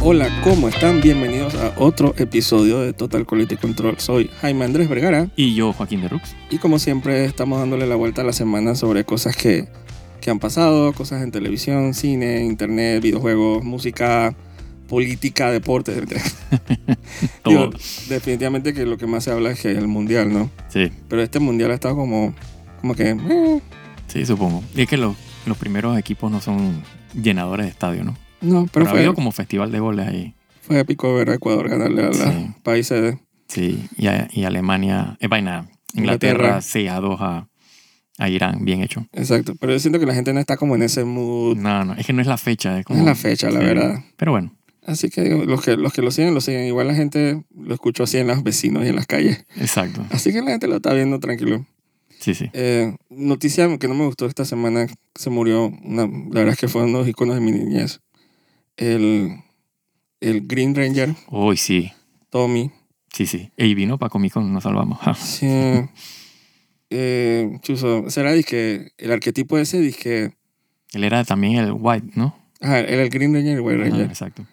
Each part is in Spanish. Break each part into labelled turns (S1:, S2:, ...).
S1: Hola, ¿cómo están? Bienvenidos a otro episodio de Total Quality Control. Soy Jaime Andrés Vergara
S2: Y yo, Joaquín de Rux.
S1: y como siempre estamos dándole la vuelta a la semana sobre cosas que, que han pasado, cosas en televisión, cine, internet, videojuegos, música, política, deportes, etc.
S2: Todo.
S1: definitivamente que lo que más se habla es que el mundial, ¿no?
S2: Sí,
S1: Pero este mundial ha estado como, como que... eh,
S2: sí, supongo. Y es que los, los primeros equipos no son llenadores de estadio, ¿no?
S1: no, pero
S2: Pero, ha
S1: fue,
S2: habido como festival de goles ahí.
S1: fue épico ver a Ecuador ganarle a los
S2: Sí.
S1: países de-
S2: Sí, y, a- y Alemania, eh, vaina,
S1: Inglaterra.
S2: Inglaterra, 6 a 2 a, a Irán, bien hecho.
S1: Exacto, pero yo siento que la gente no está como en ese mood,
S2: No, no, es que no es la fecha,
S1: no
S2: es como...
S1: es la fecha, la
S2: sí.
S1: verdad.
S2: Pero bueno,
S1: Así que digo, los que, los que lo siguen, lo siguen. Igual la gente lo escuchó así en los vecinos y en las calles.
S2: exacto.
S1: Así que la gente lo está viendo tranquilo.
S2: Sí, sí.
S1: Eh, noticia que no me gustó esta semana, se murió, una, la verdad es que fue uno de los iconos de mi niñez. El, el Green Ranger,
S2: Hoy sí,
S1: Tommy.
S2: sí, sí. Y vino para Comic Con, nos salvamos.
S1: Sí. Eh, chuzo, será disque, el arquetipo ese, disque,
S2: Él era también el White, ¿no?
S1: ajá, era el Green Ranger y el White
S2: Ah,
S1: Ranger.
S2: exacto.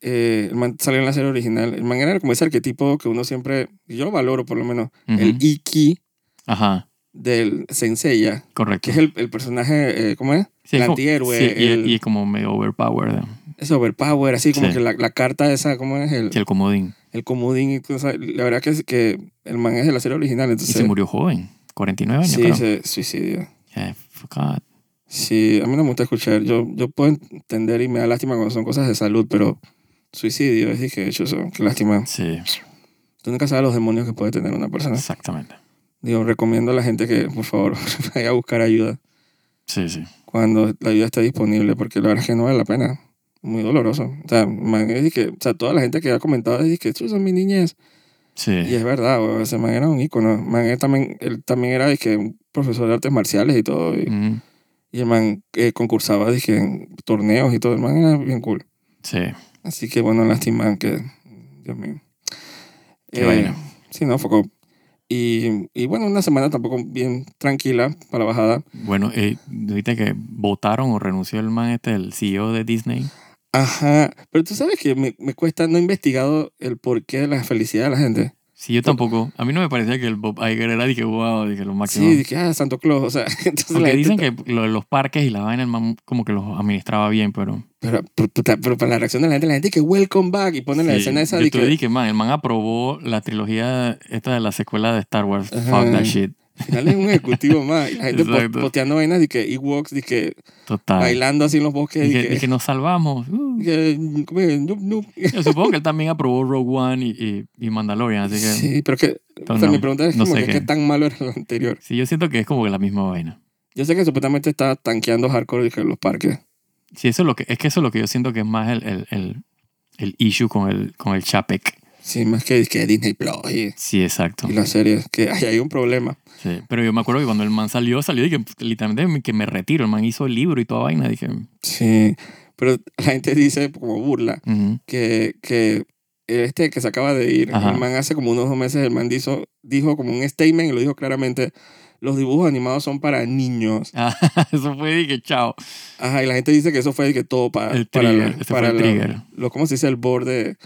S1: Eh, el man salió en la serie original. El man era como ese arquetipo que uno siempre, yo lo valoro por lo menos,
S2: Ujú.
S1: el Iki.
S2: Ajá,
S1: del Senseiya,
S2: correcto.
S1: que es el, el personaje, eh, ¿cómo es?
S2: Sí,
S1: el
S2: es como-
S1: antihéroe,
S2: sí, y-
S1: el-
S2: y, es como medio overpowered.
S1: Es overpower, así como
S2: Sí.
S1: que la, la carta esa, ¿cómo es? El,
S2: Sí, el comodín.
S1: el comodín. y todo eso. la verdad que, es, que el man es de la serie original,
S2: Y
S1: entonces...
S2: se murió joven, 49 años.
S1: sí,
S2: creo.
S1: se suicidió.
S2: Yeah, fuck ah, God.
S1: Sí, a mí no me gusta escuchar. Yo, yo puedo entender y me da lástima cuando son cosas de salud, pero suicidio es dije, hecho, eso, qué lástima.
S2: Sí,
S1: Tú nunca sabes los demonios que puede tener una persona.
S2: exactamente.
S1: Digo, recomiendo a la gente que, por favor, vaya a buscar ayuda.
S2: Sí, sí.
S1: cuando la ayuda esté disponible, porque la verdad es que no vale la pena. Muy doloroso. O sea, man, es de que, o sea toda la gente que ha comentado es de que estos son mis niñez.
S2: Sí,
S1: Y es verdad, weón, ese man era un ícono. Man, él también, él también era de que, un profesor de artes marciales y todo. Y,
S2: Mm,
S1: y el man eh, concursaba de que, en torneos y todo. El man era bien cool.
S2: sí.
S1: Así que bueno, lástima que... Dios mío. Eh,
S2: Qué vaina.
S1: Sí, no, foco. Y, y bueno, una semana tampoco bien tranquila para la bajada.
S2: Bueno, eh, viste que votaron o renunció el man este, el CEO de Disney.
S1: Ajá, pero tú sabes que me, me cuesta no he investigado el porqué de la felicidad de la gente.
S2: Sí, yo tampoco. A mí no me parecía que el Bob Iger era, dije, wow, dije, lo máximo.
S1: Sí, dije, ah, Santo Claus, o sea, entonces la
S2: Porque
S1: gente
S2: dicen
S1: está-
S2: que lo de los parques y la vaina, el man como que los administraba bien, pero...
S1: Pero, pero, puta, pero para la reacción de la gente, la gente que welcome back y ponen la
S2: Sí,
S1: escena esa
S2: yo
S1: de
S2: te
S1: que
S2: dije, man, el man aprobó la trilogía esta de la secuela de Star Wars.
S1: Ajá.
S2: Fuck that shit.
S1: al final es un ejecutivo más. Y la gente po-
S2: Exacto. Ah.
S1: posteando vainas de que Ewoks, de que
S2: Total.
S1: bailando así en los bosques. mm,
S2: Y
S1: De
S2: que,
S1: que,
S2: y que nos salvamos. Uh.
S1: de que, ¿cómo es? Nup, nup.
S2: Yo supongo que él también aprobó Rogue One y, y, y Mandalorian, así que...
S1: Sí, pero que, o
S2: Entonces,
S1: sea,
S2: "Oh, no,
S1: mi pregunta es
S2: no
S1: como
S2: sé
S1: que qué
S2: qué.
S1: tan malo era lo anterior.
S2: Sí, yo siento que es como que la misma vaina.
S1: Yo sé que supuestamente está tanqueando hardcore de que los parques.
S2: Sí, eso es lo que, es que eso es lo que yo siento que es más el, el, el, el issue con el, con el Chapec.
S1: Sí, más que, que Disney Plus y,
S2: Sí, exacto.
S1: y las series, que ahí hay un problema.
S2: Sí. Pero yo me acuerdo que cuando el man salió, salió y que literalmente me- que me retiro. El man hizo el libro y toda vaina. Dije,
S1: Sí, pero la gente dice como burla
S2: ujú,
S1: que, que este que se acaba de ir,
S2: Ajá.
S1: el man hace como unos dos meses, el man dijo, dijo como un statement y lo dijo claramente, los dibujos animados son para niños.
S2: ah, eso fue, dije, chao.
S1: Ajá, y la gente dice que eso fue de que todo pa-
S2: El
S1: Ah, para,
S2: trigger,
S1: la-
S2: ese
S1: para
S2: fue el
S1: la-
S2: trigger.
S1: lo, ¿cómo se dice? El board de, de
S2: de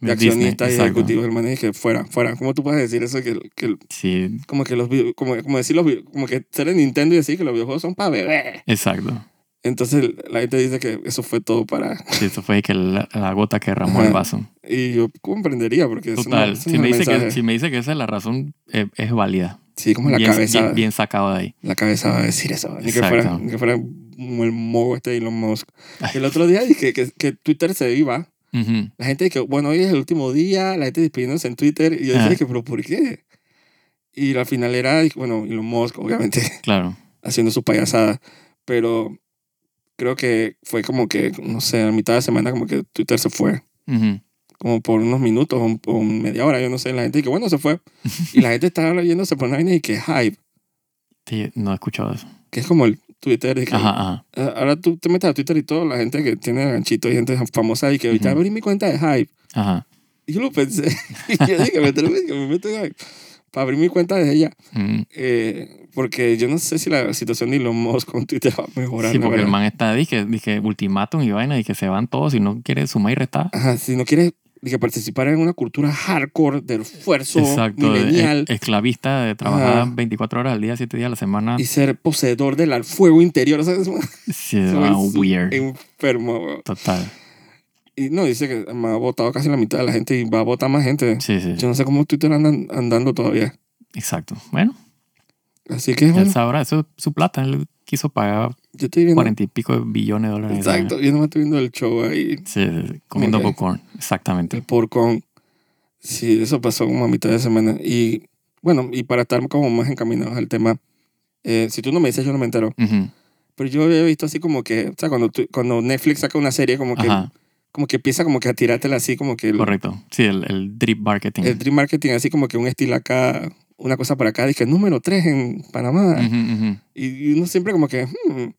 S2: Disney,
S1: accionistas y
S2: exacto.
S1: ejecutivos. El man dice, fuera, fuera. ¿Cómo tú puedes decir eso? Que, que-
S2: Sí,
S1: como que los vi- como, como decir los vi- como que ser en Nintendo y decir que los videojuegos son para bebés.
S2: exacto.
S1: Entonces la gente dice que eso fue todo para
S2: Sí, eso fue que la, la gota que derramó el
S1: Ajá.
S2: vaso.
S1: Y yo comprendería, porque eso no-
S2: Total.
S1: eso no
S2: si, me
S1: es el
S2: dice que,
S1: mensaje.
S2: si me dice que esa es la razón, eh, es válida.
S1: Sí, como la
S2: bien,
S1: cabeza.
S2: bien, bien sacado de ahí.
S1: La cabeza va a decir eso. Ni que,
S2: Exacto.
S1: fuera, ni que fuera como el mogo este de Elon Musk. El otro día dije que, que Twitter se iba.
S2: Ujú.
S1: La gente que, bueno, hoy es el último día, la gente despidiéndose en Twitter. Y yo
S2: Ajá.
S1: dije, que, pero ¿por qué? Y al final era, bueno, Elon Musk, obviamente,
S2: Claro.
S1: haciendo sus payasadas. Pero creo que fue como que, no sé, a mitad de semana, como que Twitter se fue.
S2: Ujú.
S1: como por unos minutos o, un- o un media hora, yo no sé, la gente que bueno, se fue. Y la gente está yéndose por una vaina y que hype,
S2: Sí, no he escuchado eso.
S1: que es como el Twitter. y que-
S2: Ajá, ajá.
S1: Ah, Ahora tú te metes a Twitter y toda la gente que tiene ganchito y gente famosa y que ahorita
S2: Ujú.
S1: abrí mi cuenta de hype.
S2: Ajá.
S1: Y yo lo pensé. y yo dije, me tengo que me meto en hype. para abrir mi cuenta desde ya.
S2: Mm.
S1: Eh, porque yo no sé si la situación de Elon Musk con Twitter va a mejorar.
S2: Sí,
S1: la
S2: porque el
S1: verdad.
S2: man está, dije, dije, ultimátum y vaina, y que se van todos y no quiere sumar y restar.
S1: Ajá, si no quieres dije, participar en una cultura hardcore del esfuerzo
S2: Exacto, eh, de-
S1: milenial
S2: es- esclavista de trabajar
S1: Ajá.
S2: 24 horas al día, 7 días a la semana.
S1: y ser poseedor del al fuego interior, o sea, es un-
S2: Sí,
S1: es
S2: ah,
S1: un
S2: weird.
S1: enfermo. weón.
S2: Total.
S1: Y no, dice que me ha votado casi la mitad de la gente y va a votar más gente.
S2: Sí, sí,
S1: Yo no sé cómo Twitter andan andando todavía.
S2: exacto. Bueno,
S1: Así que
S2: él
S1: bueno,
S2: sabrá, eso es su plata. Él quiso pagar
S1: yo estoy viendo.
S2: 40 y pico de billones de dólares.
S1: Exacto, yo nomás estoy viendo el show ahí.
S2: Sí, sí, sí, comiendo
S1: Ok.
S2: popcorn. Exactamente.
S1: El porcón. Sí, eso pasó como a mitad de semana. Y bueno, y para estar como más encaminados al tema, eh, si tú no me dices, yo no me entero.
S2: Ujú,
S1: Pero yo he visto así como que, o sea, cuando, tú- cuando Netflix saca una serie, como que,
S2: Ajá,
S1: como que empieza como que a tirártela así, como que el,
S2: correcto. Sí, el, el drip marketing.
S1: el Dream Marketing, así como que un estilo acá, una cosa para acá, dije número 3 en Panamá.
S2: Ujú, ujú.
S1: Y uno siempre como que, hmm,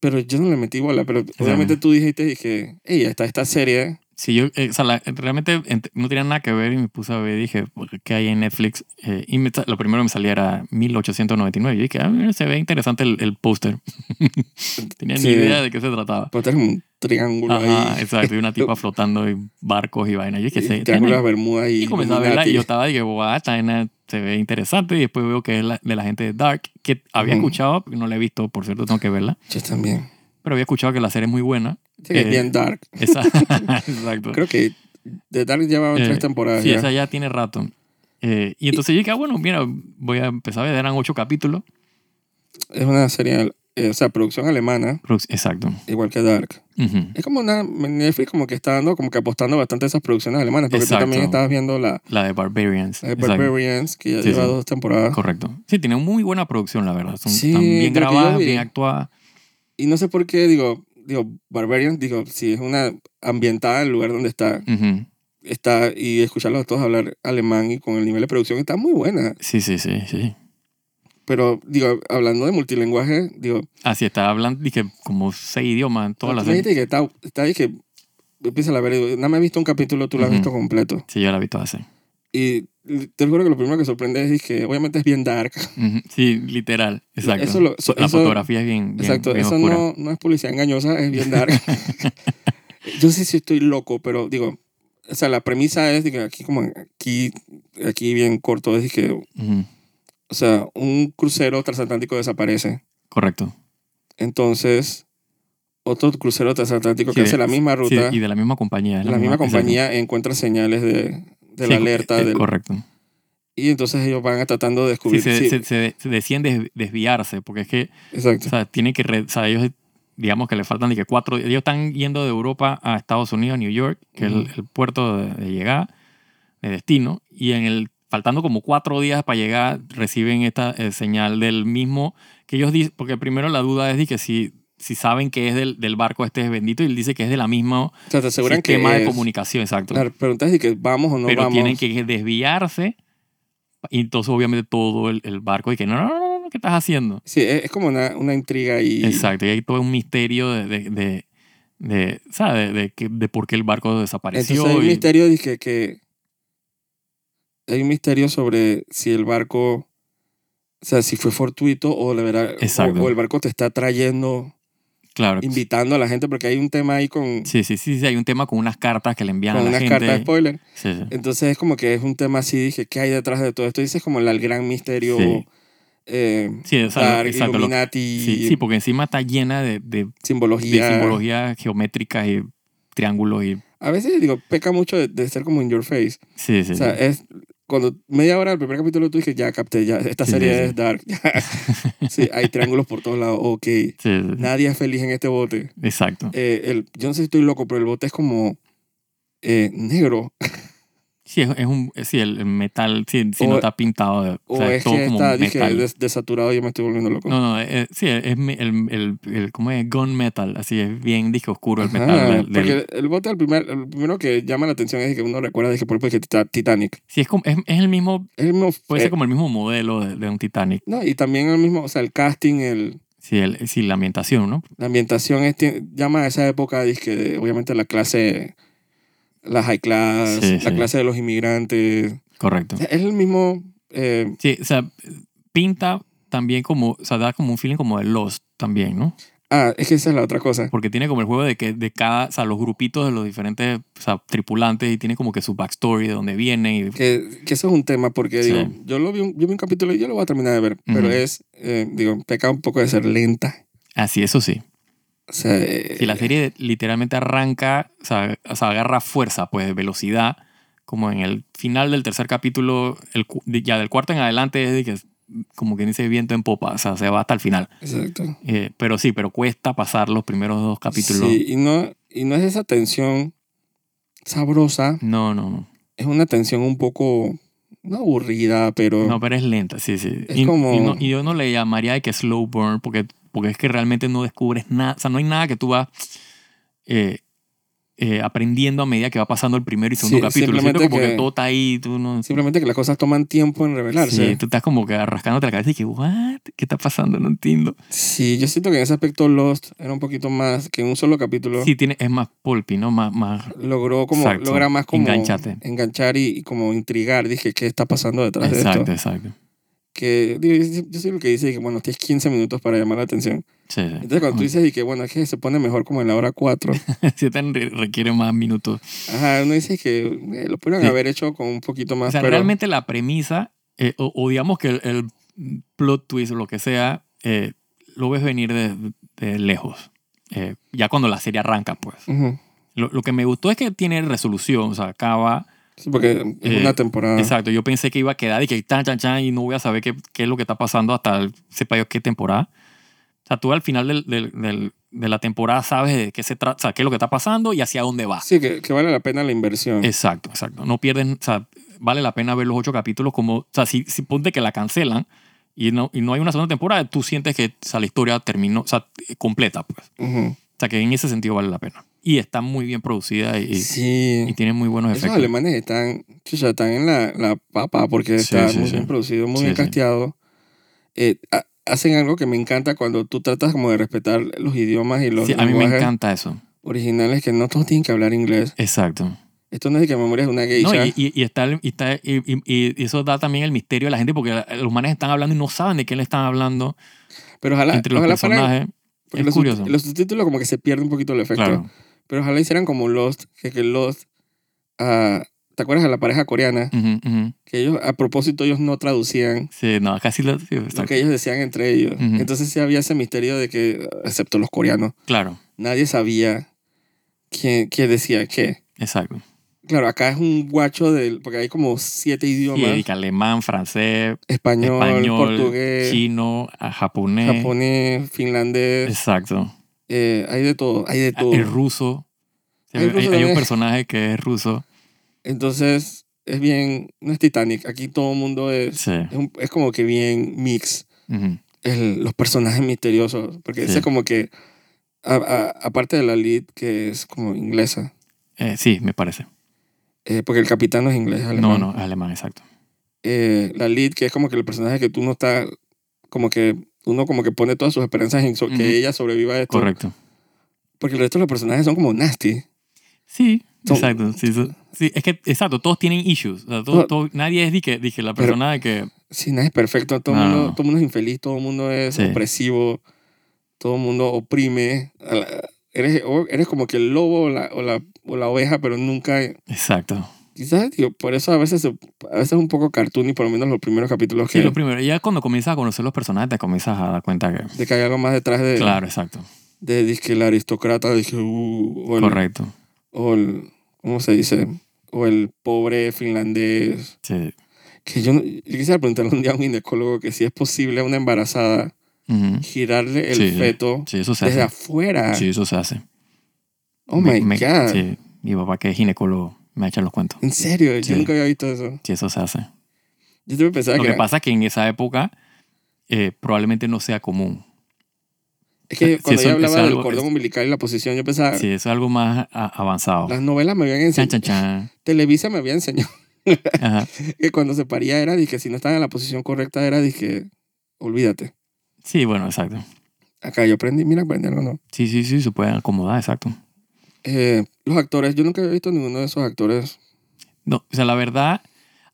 S1: pero yo no le metí bola. Pero obviamente
S2: Exactamente.
S1: tú dijiste, dije, ella está esta serie.
S2: Sí, yo, eh, o sea, la- realmente ent- no tenía nada que ver y me puse a ver y dije, "Pues, ¿qué hay en Netflix? Eh, y me sa- lo primero que me salía era 1899. Yo dije, ah, mira, se ve interesante el, el póster. tenía
S1: Sí.
S2: ni idea de qué se trataba.
S1: Pero es pues un triángulo ahí.
S2: Ajá, exacto. Y una tipa flotando y barcos y vaina. Yo dije, se,
S1: el Triángulo de las
S2: tiene-
S1: Bermudas y,
S2: y comencé a verla y
S1: Illuminati.
S2: yo estaba, dije, guau, esta vaina se ve interesante. Y después veo que es la- de la gente de Dark, que había
S1: Ujú.
S2: escuchado, no la he visto, por cierto, tengo que verla,
S1: Yo también.
S2: pero había escuchado que la serie es muy buena.
S1: Sí, que es
S2: Eh,
S1: bien dark.
S2: Esa- exacto.
S1: Creo que The Dark llevaba
S2: Eh,
S1: tres temporadas.
S2: Sí,
S1: ya.
S2: esa ya tiene rato. Eh, y entonces yo dije, ah, bueno, mira, voy a empezar a ver, eran ocho capítulos.
S1: Es una serie, eh, o sea, producción alemana,
S2: Pero- Exacto.
S1: igual que Dark.
S2: Ujú.
S1: Es como una Netflix como que está dando, como que apostando bastante a esas producciones alemanas, porque
S2: Exacto.
S1: tú también estabas viendo la,
S2: La de Barbarians.
S1: la de
S2: Exacto.
S1: Eh, Barbarians, que ya
S2: Sí,
S1: lleva
S2: sí.
S1: dos temporadas.
S2: Correcto. Sí, tiene muy buena producción, la verdad. Son,
S1: Sí,
S2: están bien
S1: creo que yo
S2: grabadas,
S1: vi.
S2: bien actuadas.
S1: Y no sé por qué, digo, digo, Barbarians, digo, si es una ambientada en el lugar donde está,
S2: Ujú.
S1: está, y escucharlos a todos hablar alemán y con el nivel de producción está muy buena.
S2: Sí, sí, sí, sí.
S1: Pero, digo, hablando de multilenguaje, digo,
S2: Así está hablando, dije, como seis idiomas en toda la
S1: tú me dijiste
S2: serie.
S1: que está, está ahí que empieza a ver, digo, nada más he visto un capítulo, tú lo has
S2: Ujú.
S1: visto completo.
S2: Sí, yo la vi toda así.
S1: Y te juro que lo primero que sorprende es que obviamente es bien dark.
S2: Ujú. Sí, literal. Exacto.
S1: Eso lo-
S2: So- la
S1: eso-
S2: fotografía es bien, bien,
S1: Exacto,
S2: bien
S1: eso
S2: oscura.
S1: no, no es publicidad engañosa, es bien dark. Yo sé si estoy loco, pero digo, o sea, la premisa es, digo, aquí como aquí, aquí bien corto, es que,
S2: Ujú.
S1: o sea, un crucero transatlántico desaparece.
S2: Correcto.
S1: Entonces, otro crucero transatlántico
S2: Sí,
S1: que hace la misma
S2: Sí,
S1: ruta,
S2: y de la misma compañía. es
S1: la misma
S2: exacto.
S1: compañía encuentra señales de, de la
S2: Sí,
S1: alerta.
S2: eh,
S1: del-
S2: Correcto.
S1: y entonces ellos van tratando de
S2: Sí,
S1: descubrir.
S2: se,
S1: sí,
S2: Se, se- se deciden des- desviarse, porque es que,
S1: exacto.
S2: o sea, tienen que, re- o sea, ellos, digamos que le faltan de que cuatro, ellos están yendo de Europa a Estados Unidos, New York, que es
S1: Ujú.
S2: el, el puerto de, de llegada, de destino, y en el, faltando como cuatro días para llegar, reciben esta eh, señal del mismo, que ellos dicen, porque primero la duda es de que si, si saben que es del, del barco este es bendito, y él dice que es de la misma
S1: o sea, te aseguran
S2: sistema
S1: que
S2: de
S1: es-
S2: comunicación, exacto.
S1: La pregunta es de que vamos o no
S2: pero
S1: vamos.
S2: tienen que desviarse. Y entonces, obviamente, todo el, el barco y que no, no, no, no, ¿qué estás haciendo?
S1: Sí, es, es como una, una intriga y...
S2: Exacto, y hay todo un misterio de, de, de, de, ¿sabes? De, de que- de por qué el barco desapareció.
S1: Entonces hay un
S2: y-
S1: misterio, dije que... Hay un misterio sobre si el barco... O sea, si fue fortuito o, la verdad,
S2: Exacto.
S1: o, o el barco te está trayendo,
S2: claro.
S1: invitando a la gente, porque hay un tema ahí con,
S2: Sí, sí, sí, sí, hay un tema con unas cartas que le envían
S1: con
S2: a la
S1: unas
S2: gente.
S1: cartas de spoiler.
S2: Sí, sí.
S1: Entonces es como que es un tema así, dije, ¿qué hay detrás de todo esto? Dices como la- el gran misterio,
S2: Sí.
S1: eh,
S2: Sí, o sea, lo-
S1: Dark,
S2: exacto, lo-
S1: Illuminati,
S2: sí, sí, porque encima está llena de, de, de
S1: simbología.
S2: simbologías geométricas y triángulos y...
S1: A veces, digo, peca mucho de- de ser como in your face.
S2: Sí, sí.
S1: O sea,
S2: sí.
S1: es cuando media hora del primer capítulo tú dices, ya capté, ya, esta
S2: Sí,
S1: serie
S2: sí, sí.
S1: es dark. sí, hay triángulos por todos lados, ok.
S2: Sí, sí, sí.
S1: Nadie es feliz en este bote.
S2: Exacto.
S1: Eh, el, yo no sé si estoy loco, pero el bote es como eh, negro.
S2: Sí, es, es un, sí, el el metal, sí, sí,
S1: O-
S2: no está pintado, de- o
S1: O
S2: sea, es
S1: es
S2: todo
S1: que
S2: como
S1: está, dije,
S2: metal.
S1: des- desaturado y yo me estoy volviendo loco.
S2: No, no, eh, sí, es me- el, el, el, ¿cómo es? Gun metal, así es bien disco oscuro el
S1: Ajá,
S2: metal. del- del-
S1: Ah, porque el bote, el, primer, el primero que llama la atención es que uno recuerda, dije, por ejemplo, que Tita- Titanic.
S2: sí, es, como, es, es el mismo,
S1: Es el mismo-
S2: puede ser
S1: eh,
S2: como el mismo modelo de, de un Titanic.
S1: no, y también el mismo, o sea, el casting, el,
S2: Sí, el, sí, la ambientación, ¿no?
S1: la ambientación es, tie- llama a esa época, dije, de, obviamente la clase, la high class,
S2: Sí,
S1: la
S2: sí.
S1: clase de los inmigrantes.
S2: Correcto.
S1: O sea, es el mismo, eh,
S2: Sí, o sea, pinta también como, o sea, da como un feeling como de Lost también, ¿no?
S1: ah, es que esa es la otra cosa.
S2: Porque tiene como el juego de que de cada, o sea, los grupitos de los diferentes, o sea, tripulantes y tiene como que su backstory de dónde vienen y
S1: Que, que eso es un tema porque,
S2: Sí.
S1: digo, yo, lo vi un, yo vi un capítulo y yo lo voy a terminar de ver, pero
S2: Ujú.
S1: es, eh, digo, peca un poco de ser lenta.
S2: así, eso sí.
S1: O sea, eh,
S2: Si la serie literalmente arranca, o sea, o sea, agarra fuerza, pues, de velocidad, como en el final del tercer capítulo, el, cu- de- ya del cuarto en adelante es de que es como que dice viento en popa, o sea, se va hasta el final.
S1: exacto.
S2: Eh, pero sí, pero cuesta pasar los primeros dos capítulos.
S1: Sí, y no, y no es esa tensión sabrosa,
S2: No, no, no.
S1: es una tensión un poco, no aburrida, pero...
S2: No, pero es lenta, sí, sí.
S1: Es
S2: y,
S1: como-
S2: y no- y yo no le llamaría de que slow burn, porque, porque es que realmente no descubres nada. O sea, no hay nada que tú vas eh, eh, aprendiendo a medida que va pasando el primero y segundo
S1: Sí,
S2: capítulo. Siento
S1: simplemente
S2: como que,
S1: que-
S2: todo está ahí, tú no.
S1: Simplemente que las cosas toman tiempo en
S2: Sí,
S1: revelarse.
S2: tú estás como que rascándote la cabeza y que, ¿what? ¿Qué está pasando? No entiendo.
S1: Sí, yo siento que en ese aspecto Lost era un poquito más que en un solo capítulo.
S2: Sí, tiene, es más pulpy, ¿no? Más, más...
S1: Logró como,
S2: Exacto.
S1: logra más como
S2: Engancharte.
S1: enganchar y, y como intrigar. Dije, ¿qué está pasando detrás
S2: Exacto,
S1: Ah, de esto?
S2: exacto.
S1: Que digo, yo, yo sé lo que dice, que bueno, tienes 15 minutos para llamar la atención.
S2: Sí, sí.
S1: Entonces cuando tú dices, y que bueno, es que se pone mejor como en la hora 4.
S2: Sí, te re- requiere más minutos.
S1: Ajá, uno dice que eh, lo pudieron
S2: Sí.
S1: haber hecho con un poquito más,
S2: O sea,
S1: pero
S2: realmente la premisa, eh, o, o digamos que el, el plot twist o lo que sea, eh, lo ves venir de, de lejos. Eh, ya cuando la serie arranca, pues.
S1: Ujú.
S2: Lo, lo que me gustó es que tiene resolución, o sea, acaba.
S1: Sí, porque es
S2: Eh,
S1: una temporada.
S2: Exacto, yo pensé que iba a quedar y que tan, chan, chan, y no voy a saber qué, qué es lo que está pasando hasta el- sepa yo qué temporada. O sea, tú al final del- del- del- de la temporada sabes de qué se trata, o sea, qué es lo que está pasando y hacia dónde va.
S1: Sí, que, que vale la pena la inversión.
S2: Exacto, exacto. No pierden, o sea, vale la pena ver los ocho capítulos como, o sea, si, si ponte que la cancelan y no, y no hay una segunda temporada, tú sientes que o sea, la historia terminó, o sea, completa, pues.
S1: Ujú.
S2: O sea, que en ese sentido vale la pena. Y está muy bien producida y, y-
S1: Sí.
S2: y tiene muy buenos
S1: Esos
S2: efectos.
S1: alemanes están, chucha, están en la, la papa porque
S2: Sí,
S1: está
S2: sí,
S1: muy
S2: sí.
S1: bien producido, muy
S2: Sí,
S1: bien
S2: sí.
S1: casteado. Eh, ha- hacen algo que me encanta cuando tú tratas como de respetar los idiomas y los
S2: Sí, a mí me
S1: lenguajes
S2: encanta eso.
S1: originales que no todos tienen que hablar inglés.
S2: Exacto.
S1: Esto no es de que memoria es una
S2: No,
S1: geisha.
S2: y, y- y está, el- y, está- y- y- y eso da también el misterio a la gente porque los manes están hablando y no saben de qué le están hablando
S1: pero ojalá,
S2: entre los
S1: ojalá fueran-
S2: personajes.
S1: porque
S2: es
S1: los,
S2: curioso.
S1: sub- los subtítulos como que se pierde un poquito el efecto.
S2: Claro.
S1: Pero ojalá hicieran como Lost, que, que Lost, ah, ¿te acuerdas de la pareja coreana?
S2: Ujú, ujú.
S1: Que ellos, a propósito, ellos no traducían
S2: Sí, no, casi lo... sí,
S1: lo
S2: exacto.
S1: que Pues ellos decían entre ellos.
S2: Ujú.
S1: Entonces sí había ese misterio de que, excepto los coreanos,
S2: Claro.
S1: nadie sabía quién, quién decía qué.
S2: Exacto.
S1: Claro, acá es un guacho del, porque hay como siete
S2: Y
S1: idiomas,
S2: dedica alemán, francés,
S1: español,
S2: español,
S1: portugués,
S2: chino, a japonés.
S1: japonés, finlandés,
S2: Exacto.
S1: eh, hay de todo, hay de
S2: A-
S1: todo.
S2: Ah, El ruso. Sí,
S1: Ah, el
S2: Hay,
S1: ruso
S2: hay un
S1: también.
S2: personaje que es ruso.
S1: Entonces es bien, no es Titanic, aquí todo el mundo es,
S2: Sí.
S1: es, un- es como que bien mix.
S2: Ujú.
S1: el- los personajes misteriosos, porque
S2: Sí.
S1: ese como que, a- a- aparte de la lead que es como inglesa,
S2: Eh, sí, me parece.
S1: Eh, porque el capitán no es inglés, es
S2: No,
S1: alemán.
S2: no, alemán, exacto.
S1: Eh, la lead, que es como que el personaje que tú no estás, como que uno como que pone todas sus esperanzas en so-
S2: Ujú.
S1: que ella sobreviva a esto.
S2: Correcto.
S1: Porque el resto de los personajes son como nasty.
S2: Sí,
S1: Son-
S2: exacto. Sí, so- sí, es que, exacto, todos tienen issues. O sea, todo-
S1: No.
S2: todo- nadie es, dije, dije la
S1: Pero-
S2: persona de que...
S1: Sí, nadie es perfecto, todo el
S2: No,
S1: mundo,
S2: no, no.
S1: todo mundo es infeliz, todo el mundo es
S2: Sí.
S1: opresivo, todo el mundo oprime. a la- Eres, o- eres como que el lobo o la, o la, o la oveja, pero nunca...
S2: Exacto.
S1: Quizás, tío, por eso a veces, se- a veces es un poco cartoon y por lo menos los primeros capítulos que,
S2: Sí, lo primero, ya cuando comienzas a conocer los personajes te comienzas a dar cuenta que...
S1: de que hay algo más detrás de,
S2: Claro, exacto.
S1: de dizque el aristócrata, dije, uh, o el-
S2: Correcto.
S1: o el, ¿cómo se dice? O el pobre finlandés.
S2: Sí.
S1: Que yo, no- yo quisiera preguntarle un día a un ginecólogo que si es posible a una embarazada
S2: Ujú.
S1: girarle el
S2: Sí, sí.
S1: feto
S2: Sí, eso se
S1: desde
S2: hace.
S1: afuera.
S2: Sí, eso se hace.
S1: Oh my
S2: Me- me-
S1: God.
S2: Sí, mi papá que es ginecólogo me echa los cuentos.
S1: En serio, yo
S2: Sí.
S1: nunca había visto eso.
S2: Sí, eso se hace.
S1: Yo siempre pensaba
S2: Lo
S1: que,
S2: que
S1: era-
S2: pasa es que en esa época eh, probablemente no sea común.
S1: es
S2: sí,
S1: que
S2: eso-
S1: cuando ella
S2: eso
S1: hablaba
S2: es
S1: del
S2: algo-
S1: cordón
S2: es-
S1: umbilical y la posición, yo pensaba,
S2: Sí, eso es algo más a- avanzado.
S1: las novelas me habían
S2: Chan,
S1: enseñado,
S2: chan, chan.
S1: Televisa me había enseñado
S2: Ajá.
S1: que cuando se paría era dije si no estaba en la posición correcta era dije olvídate
S2: Sí, bueno, exacto.
S1: acá yo aprendí mira aprendí algo no
S2: Sí, sí, sí, se pueden acomodar, exacto.
S1: Eh, los actores yo nunca había visto ninguno de esos actores
S2: No, o sea, la verdad,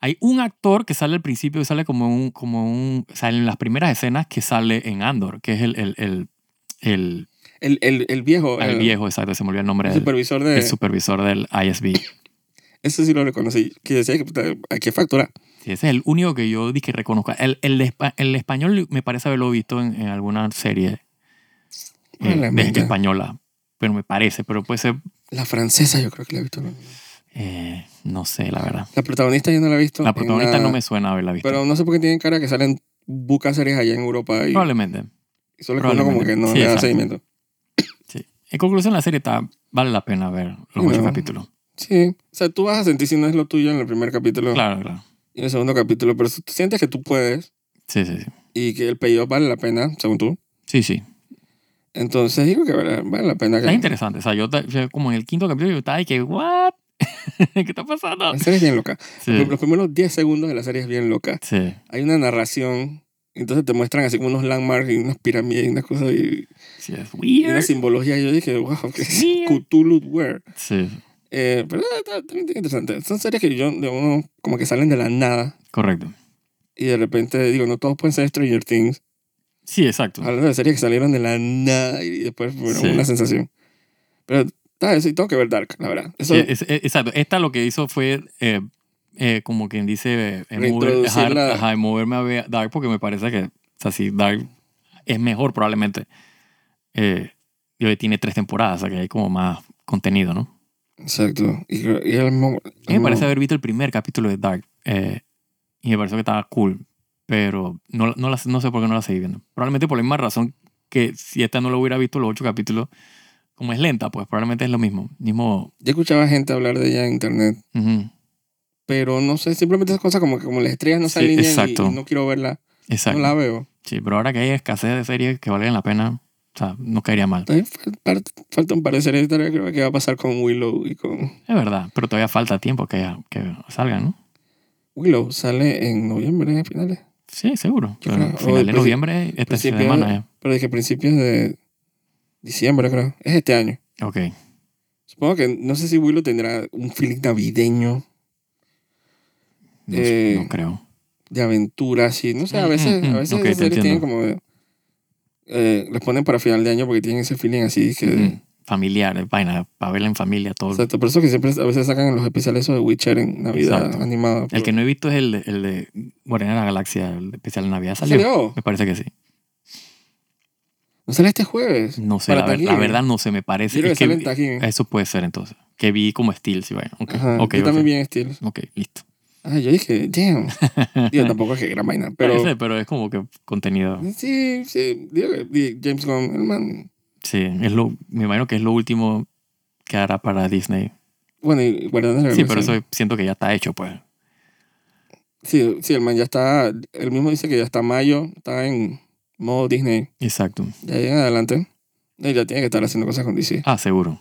S2: Hay un actor que sale al principio y sale como un, como un, o sea, en las primeras escenas que sale en Andor, que es el, el, el, el,
S1: El, el- el viejo.
S2: el viejo, exacto, se me olvidó el nombre
S1: el
S2: del
S1: supervisor de.
S2: el supervisor del ISB.
S1: Ese sí lo reconocí. Que decía que puta, hay que facturar.
S2: Sí, ese es el único que yo dije que reconozco. El, el, de espa- el español me parece haberlo visto en, en alguna serie eh,
S1: Vale,
S2: de-
S1: mira.
S2: española, pero me parece, pero puede ser,
S1: La francesa, yo creo que la he visto. ¿no?
S2: eh, no sé, la verdad.
S1: La protagonista yo no la he visto.
S2: La
S1: en
S2: protagonista
S1: nada,
S2: no me suena haberla visto.
S1: Pero no sé por qué tienen cara que salen bucas series allá en Europa y,
S2: Probablemente.
S1: y solo que uno como que no
S2: probablemente. Sí,
S1: le da
S2: exacto.
S1: seguimiento.
S2: Sí. En conclusión, la serie está, vale la pena ver los
S1: No.
S2: ocho capítulos.
S1: Sí. O sea, tú vas a sentir si no es lo tuyo en el primer capítulo
S2: Claro, claro.
S1: y en el segundo capítulo, pero si tú sientes que tú puedes
S2: Sí, sí, sí.
S1: y que el payoff vale la pena, según tú.
S2: Sí, sí.
S1: Entonces digo que vale, vale la pena.
S2: Está
S1: Que...
S2: interesante. O sea, yo, ta- yo como en el quinto capítulo yo estaba y que, ¿what? ¿Qué está pasando?
S1: La serie es bien loca.
S2: Sí,
S1: Los primeros 10 segundos de la serie es bien loca.
S2: sí.
S1: Hay una narración, entonces te muestran así como unos landmarks y unas pirámides y unas cosas y,
S2: Sí, es
S1: y una
S2: weird.
S1: simbología. Y yo dije, wow, que es
S2: Mira.
S1: Cthulhu Ware.
S2: Sí,
S1: Eh, pero eh, está, está bien interesante. Son series que yo, de uno, como que salen de la nada
S2: correcto.
S1: y de repente digo, no todos pueden ser Stranger Things.
S2: Sí, exacto.
S1: Hablando de series que salieron de la nada y después fueron
S2: Sí.
S1: una sensación. Pero está eso y tengo que ver Dark, la verdad. Eso,
S2: Sí, es- es- exacto. Esta lo que hizo fue, eh, eh, como quien dice, eh, eh, mover- ajá,
S1: Reintroducirla.
S2: ajá, y moverme a ver Dark porque me parece que, o sea, sí, Dark es mejor probablemente. Eh, y hoy tiene tres temporadas, o sea que hay como más contenido, ¿no?
S1: Exacto. Y, creo- y el mo-
S2: A mí me parece
S1: el mo-
S2: haber visto el primer capítulo de Dark eh, y me pareció que estaba cool, pero no, no, la- no sé por qué no la seguí viendo. Probablemente por la misma razón que si esta no lo hubiera visto los ocho capítulos, como es lenta, pues probablemente es lo mismo. mismo
S1: Yo escuchaba gente hablar de ella en internet,
S2: ujú,
S1: pero no sé, simplemente esas cosas como que como las estrellas no se
S2: Sí,
S1: alinean y-
S2: exacto.
S1: y no quiero verla,
S2: Exacto.
S1: no la veo.
S2: Sí, pero ahora que hay escasez de series que valgan la pena, o sea, no caería mal.
S1: Todavía Eh, fal- par- falta un par de series todavía creo que va a pasar con Willow y con
S2: Es verdad, pero todavía falta tiempo que, que salgan, ¿no?
S1: Willow sale en noviembre a finales
S2: Sí, seguro.
S1: Yo
S2: Pero
S1: creo- o
S2: final de
S1: princi-
S2: noviembre, esta
S1: principio-
S2: semana. eh,
S1: pero dije principios de diciembre creo es este año
S2: eh. Ok.
S1: supongo que no sé si Willow tendrá un feeling navideño
S2: No,
S1: Eh,
S2: no creo.
S1: de aventura así no sé a
S2: Mm,
S1: veces
S2: mm,
S1: a
S2: mm.
S1: veces
S2: Ok, te
S1: esas series tienen
S2: entiendo.
S1: como eh, les ponen para final de año porque tienen ese feeling así que
S2: Mm, familiar, vaina, para verla en familia, todo.
S1: exacto por eso que siempre a veces sacan los especiales esos de Witcher en Navidad
S2: Exacto.
S1: animada
S2: El
S1: pero-
S2: que no he visto es el de, el de Guardianes de la Galaxia, el especial de Navidad. ¿Salió?
S1: ¿Salió?
S2: Me parece que sí.
S1: no sale este jueves
S2: No sé,
S1: Para
S2: la, ver-
S1: Tajín.
S2: la verdad no se me
S1: yo
S2: parece.
S1: creo que
S2: Es que
S1: sale en Tajín
S2: eso puede ser entonces. Que vi como Steel, sí, bueno. Ok,
S1: Ajá,
S2: ok,
S1: yo también
S2: ok.
S1: vi en estilo.
S2: Ok, listo.
S1: Ah, yo dije, damn. Digo, tampoco es que gran vaina,
S2: Pero,
S1: pero
S2: pero es como que contenido.
S1: sí, sí, digo que di- James Gunn, el man.
S2: Sí, es lo, me imagino que es lo último que hará para Disney.
S1: Bueno, y guardando la
S2: Sí, pero eso
S1: relación.
S2: siento que ya está hecho, pues.
S1: Sí, sí, el man ya está, él mismo dice que ya está mayo, está en modo Disney,
S2: Exacto.
S1: ya llega en adelante. Y ya tiene que estar haciendo cosas con DC.
S2: Ah, seguro.